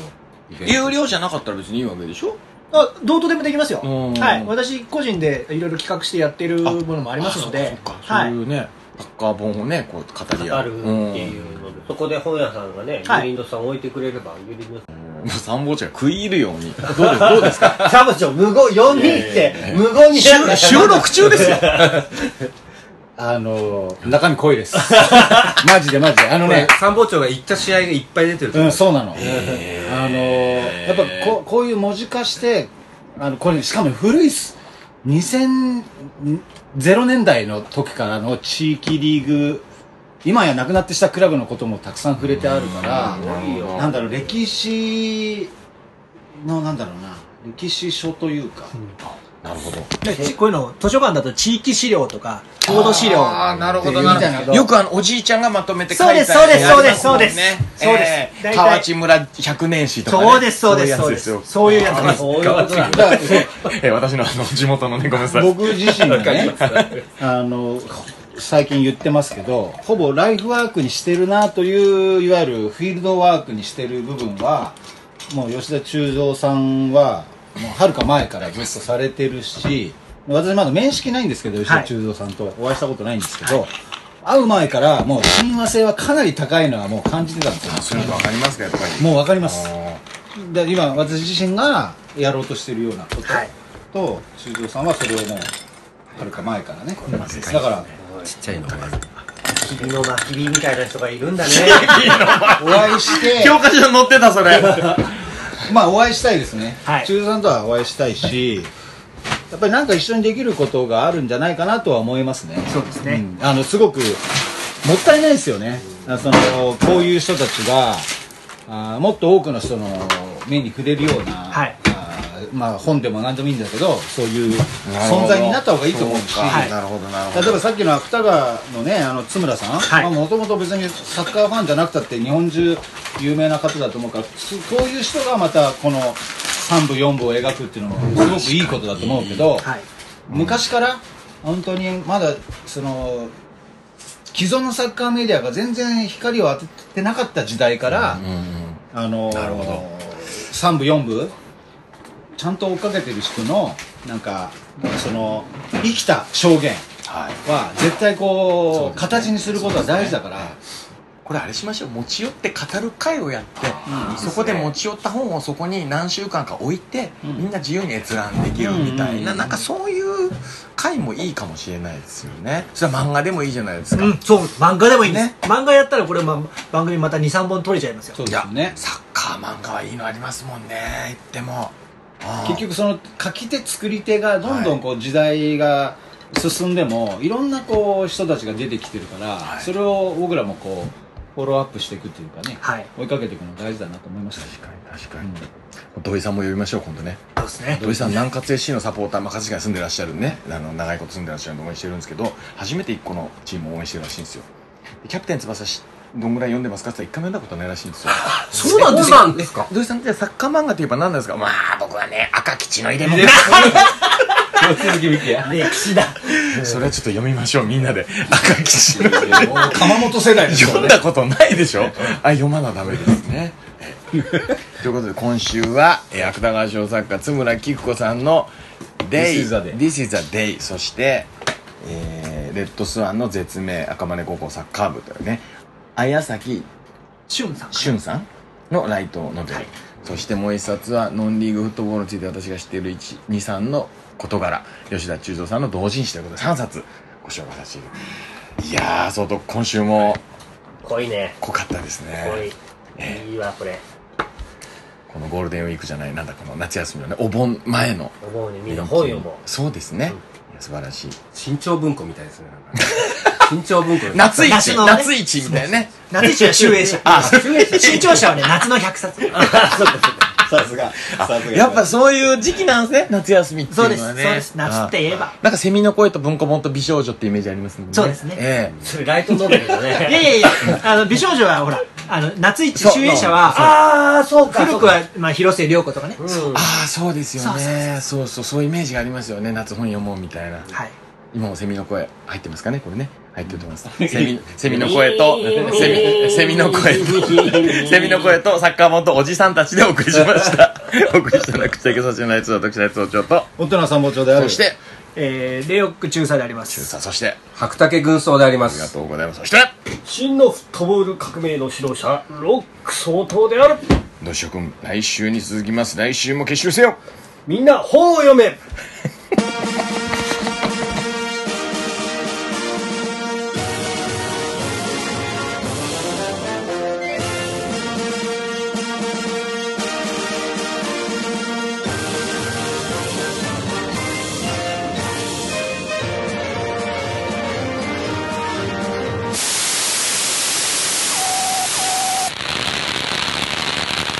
Speaker 6: イベント。
Speaker 2: 有料じゃなかったら別にいいわけでしょ
Speaker 4: あどうとでもできますよ、
Speaker 2: うん
Speaker 4: はい、私個人でいろいろ企画してやってるものもありますので
Speaker 2: そっかそっか
Speaker 4: は
Speaker 2: そう
Speaker 4: い
Speaker 2: いうねサッカー本をねこう語り合
Speaker 3: あ
Speaker 2: う
Speaker 3: るって
Speaker 2: うん
Speaker 3: いうので、そこで本屋さんがね、
Speaker 4: はい
Speaker 3: ユリンドさん置いてくれれば、ユリンドさん。
Speaker 2: もう参謀長が食い入るようにどうですどうですか
Speaker 3: サブチョ、無言、4人って、無言にしなきゃ
Speaker 2: 収録中ですよ
Speaker 5: あのー、中身濃い です。マジでマジで。あの
Speaker 6: これ
Speaker 5: ね、
Speaker 6: 参謀長が行った試合がいっぱい出てると
Speaker 5: う、
Speaker 6: 思うん
Speaker 5: そうなの。
Speaker 2: へー
Speaker 5: あのー、やっぱこうこういう文字化して、あの、これ、しかも古いっす。2000、0年代の時からの地域リーグ、今やなくなってしたクラブのこともたくさん触れてあるから、なんだろう、歴史の、なんだろうな、歴史書というか、
Speaker 2: なるほど
Speaker 4: でちこういうの図書館だと地域資料とか郷土資料
Speaker 2: ああなるほど
Speaker 5: み
Speaker 2: な
Speaker 5: たいな
Speaker 2: るほどよくあのおじいちゃんがまとめて書いたやつ
Speaker 4: そうですそうで
Speaker 2: あります
Speaker 4: す
Speaker 2: もんね
Speaker 4: そうですそうです
Speaker 2: えー
Speaker 4: 大体
Speaker 2: 河内村百年史とかね
Speaker 4: そうですそうです
Speaker 2: そ
Speaker 4: そう
Speaker 2: いう
Speaker 4: う
Speaker 2: や
Speaker 4: で
Speaker 2: つですよ
Speaker 4: すそういうやつです
Speaker 3: そういうことなんだ。
Speaker 5: だからそう
Speaker 2: えー私のあの地元のねごめんなさい
Speaker 5: 僕自身がね、あの、最近言ってますけど、ほぼライフワークにしてるなという、いわゆるフィールドワークにしてる部分は、もう吉田忠三さんは、もうはるか前からずっとされてるし、私まだ面識ないんですけど、吉田忠三さんとお会いしたことないんですけど、会う前からもう親和性はかなり高いのはもう感じてたんですよ。
Speaker 2: そういうのわかりますかやっぱり
Speaker 5: もうわかります。
Speaker 2: あ
Speaker 5: で今私自身がやろうとしてるようなこと
Speaker 4: はい
Speaker 5: と修造さんはそれをもうはるか前からねだから
Speaker 6: ちっちゃいの。
Speaker 3: 日々の焚き火みたいな人がいるんだね。
Speaker 5: お会いし
Speaker 2: ー
Speaker 5: て
Speaker 2: 教科書に載ってたそれ
Speaker 5: まあお会いしたいですね
Speaker 4: はい
Speaker 5: 修造さんとはお会いしたいしやっぱりなんか一緒にできることがあるんじゃないかなとは思いますね
Speaker 4: そうですね
Speaker 5: うんあのすごくもったいないですよねあそのこういう人たちがあーもっと多くの人の目に触れるような、
Speaker 4: はい
Speaker 5: あーまあ本でも何でもいいんだけどそういう
Speaker 2: なるほど
Speaker 5: 存在になった方がいいと思うし
Speaker 2: そか
Speaker 4: はい
Speaker 2: なるほどなるほ
Speaker 5: 例
Speaker 2: ど
Speaker 5: えばさっきの芥川のねあの津村さん
Speaker 4: はい
Speaker 5: もともと別にサッカーファンじゃなくたって日本中有名な方だと思うからそそういう人がまたこの3部4部を描くっていうのもすごくいいことだと思うけど、
Speaker 4: はい
Speaker 5: 昔から本当にまだその既存のサッカーメディアが全然光を当ててなかった時代から、あの
Speaker 2: るほど
Speaker 5: 3部4部ちゃんと追っかけてる人のなんかその生きた証言
Speaker 2: はい
Speaker 5: は絶対
Speaker 2: そう
Speaker 5: こ
Speaker 2: です
Speaker 5: う
Speaker 2: ね
Speaker 5: 形にすることは大事だから
Speaker 2: これあれしましょう持ち寄って語る会をやってそこで持ち寄った本をそこに何週間か置いて、
Speaker 5: うん
Speaker 2: みんな自由に閲覧できるみたいな、
Speaker 5: うん
Speaker 2: なんかそういう会もいいかもしれないですよねそれは漫画でもいいじゃないですか、
Speaker 4: うん、そう漫画でもいいんです、
Speaker 2: ね
Speaker 4: 漫画やったらこれ、ま、番組また23本取れちゃいますよ
Speaker 5: そう
Speaker 2: い
Speaker 5: です
Speaker 2: や
Speaker 5: よね
Speaker 2: サッカー漫画はいいのありますもんね言ってもああ
Speaker 5: 結局その書き手作り手がどんどんこう時代が進んでも、い、ろんなこう人たちが出てきてるから、
Speaker 2: い
Speaker 5: それを僕らもこうフォローアップしていくっていうかね、
Speaker 4: はい
Speaker 5: 追いかけていくのが大事だなと思いました
Speaker 2: 確かに確かに、土井さんも呼びましょう今度ね
Speaker 4: そうですね
Speaker 2: 土井さん南葛 FC のサポーター、まあ、葛飾に住んでらっしゃるねあの長いこと住んでらっしゃるので応援してるんですけど初めて1個のチームを応援してるらしいんですよでキャプテン翼しどんぐらい読んでますかって言ったら1回も読んだことないらしいんですよ
Speaker 4: そうなんです
Speaker 6: そう
Speaker 4: よ
Speaker 6: なんですか。
Speaker 2: 土井さんってサッカー漫画といえば何なんですかまあ僕はね赤吉の入れ 物だ
Speaker 5: 鈴木美希や
Speaker 4: 歴史だ
Speaker 2: それはちょっと読みましょうみんなで赤吉の入れ物
Speaker 5: 鎌本世代ですよ
Speaker 2: 読んだことないでしょあ読まなダメですねということで今週は、えー芥川賞作家津村喜久子さんの「Day
Speaker 5: This is a day
Speaker 2: This is a day そして、えーレッドスワンの絶命赤羽高校サッカー部」というね綾崎
Speaker 4: シュンさん
Speaker 2: 俊さんのライトノベル、そしてもう一冊はノンリーグフットボールについて私が知っている123の事柄吉田忠三さんの同人誌ということで3冊ご紹介させていただきますいやー相当今週も
Speaker 3: 濃いね。
Speaker 2: 濃かったですね
Speaker 3: 濃い。いいわ、これ。
Speaker 2: このゴールデンウィークじゃないなんだこの夏休みのねお盆前の
Speaker 3: 思うね。みんな本読もう。
Speaker 2: そうですね、いや素晴らしい
Speaker 6: 身長文庫みたいですね。なんか身長文庫です。
Speaker 2: 夏市
Speaker 4: 夏のね
Speaker 2: 夏市みたいなね
Speaker 4: 夏市は集英社新潮社はね夏の100冊
Speaker 5: さすが
Speaker 2: あ
Speaker 5: さすが
Speaker 2: やっぱそういう時期なんですね夏休みっていうのはね
Speaker 4: そうですそうです夏って言えば
Speaker 2: あなんかセミの声と文庫本と美少女ってイメージありますもんね
Speaker 4: そうですね
Speaker 2: え
Speaker 3: それライトノベルだ
Speaker 4: いや
Speaker 3: ね。
Speaker 4: いやいやあの美少女はほらあの夏市
Speaker 2: そう
Speaker 4: 集英社は
Speaker 3: あー、そうか。
Speaker 4: 古くは、まあ、広末涼子とかね、
Speaker 3: そうか。
Speaker 2: えああそうですよ
Speaker 4: そうそう
Speaker 2: ねそうそうそういうイメージがありますよね夏本読もうみたいな
Speaker 4: はい
Speaker 2: 今もセミの声入ってますかねこれね入ってると思いますセミセミの声とセミセミの声とセミの声とサッカー本とおじさんたちでお送りしましたお送りしたのは口だけそちらのやつ私のやつをちょっと
Speaker 5: 大人参謀長である
Speaker 2: そして
Speaker 4: えー、レオック中佐でありま
Speaker 2: 中
Speaker 4: す
Speaker 2: 佐そして
Speaker 6: 白竹軍曹でありま
Speaker 2: ありが
Speaker 6: す
Speaker 2: とうございますそして
Speaker 3: 真のフットボール革命の指導者ロック総統である
Speaker 2: どうしようくん来週に続きます来週も結集せよ
Speaker 3: みんな本を読め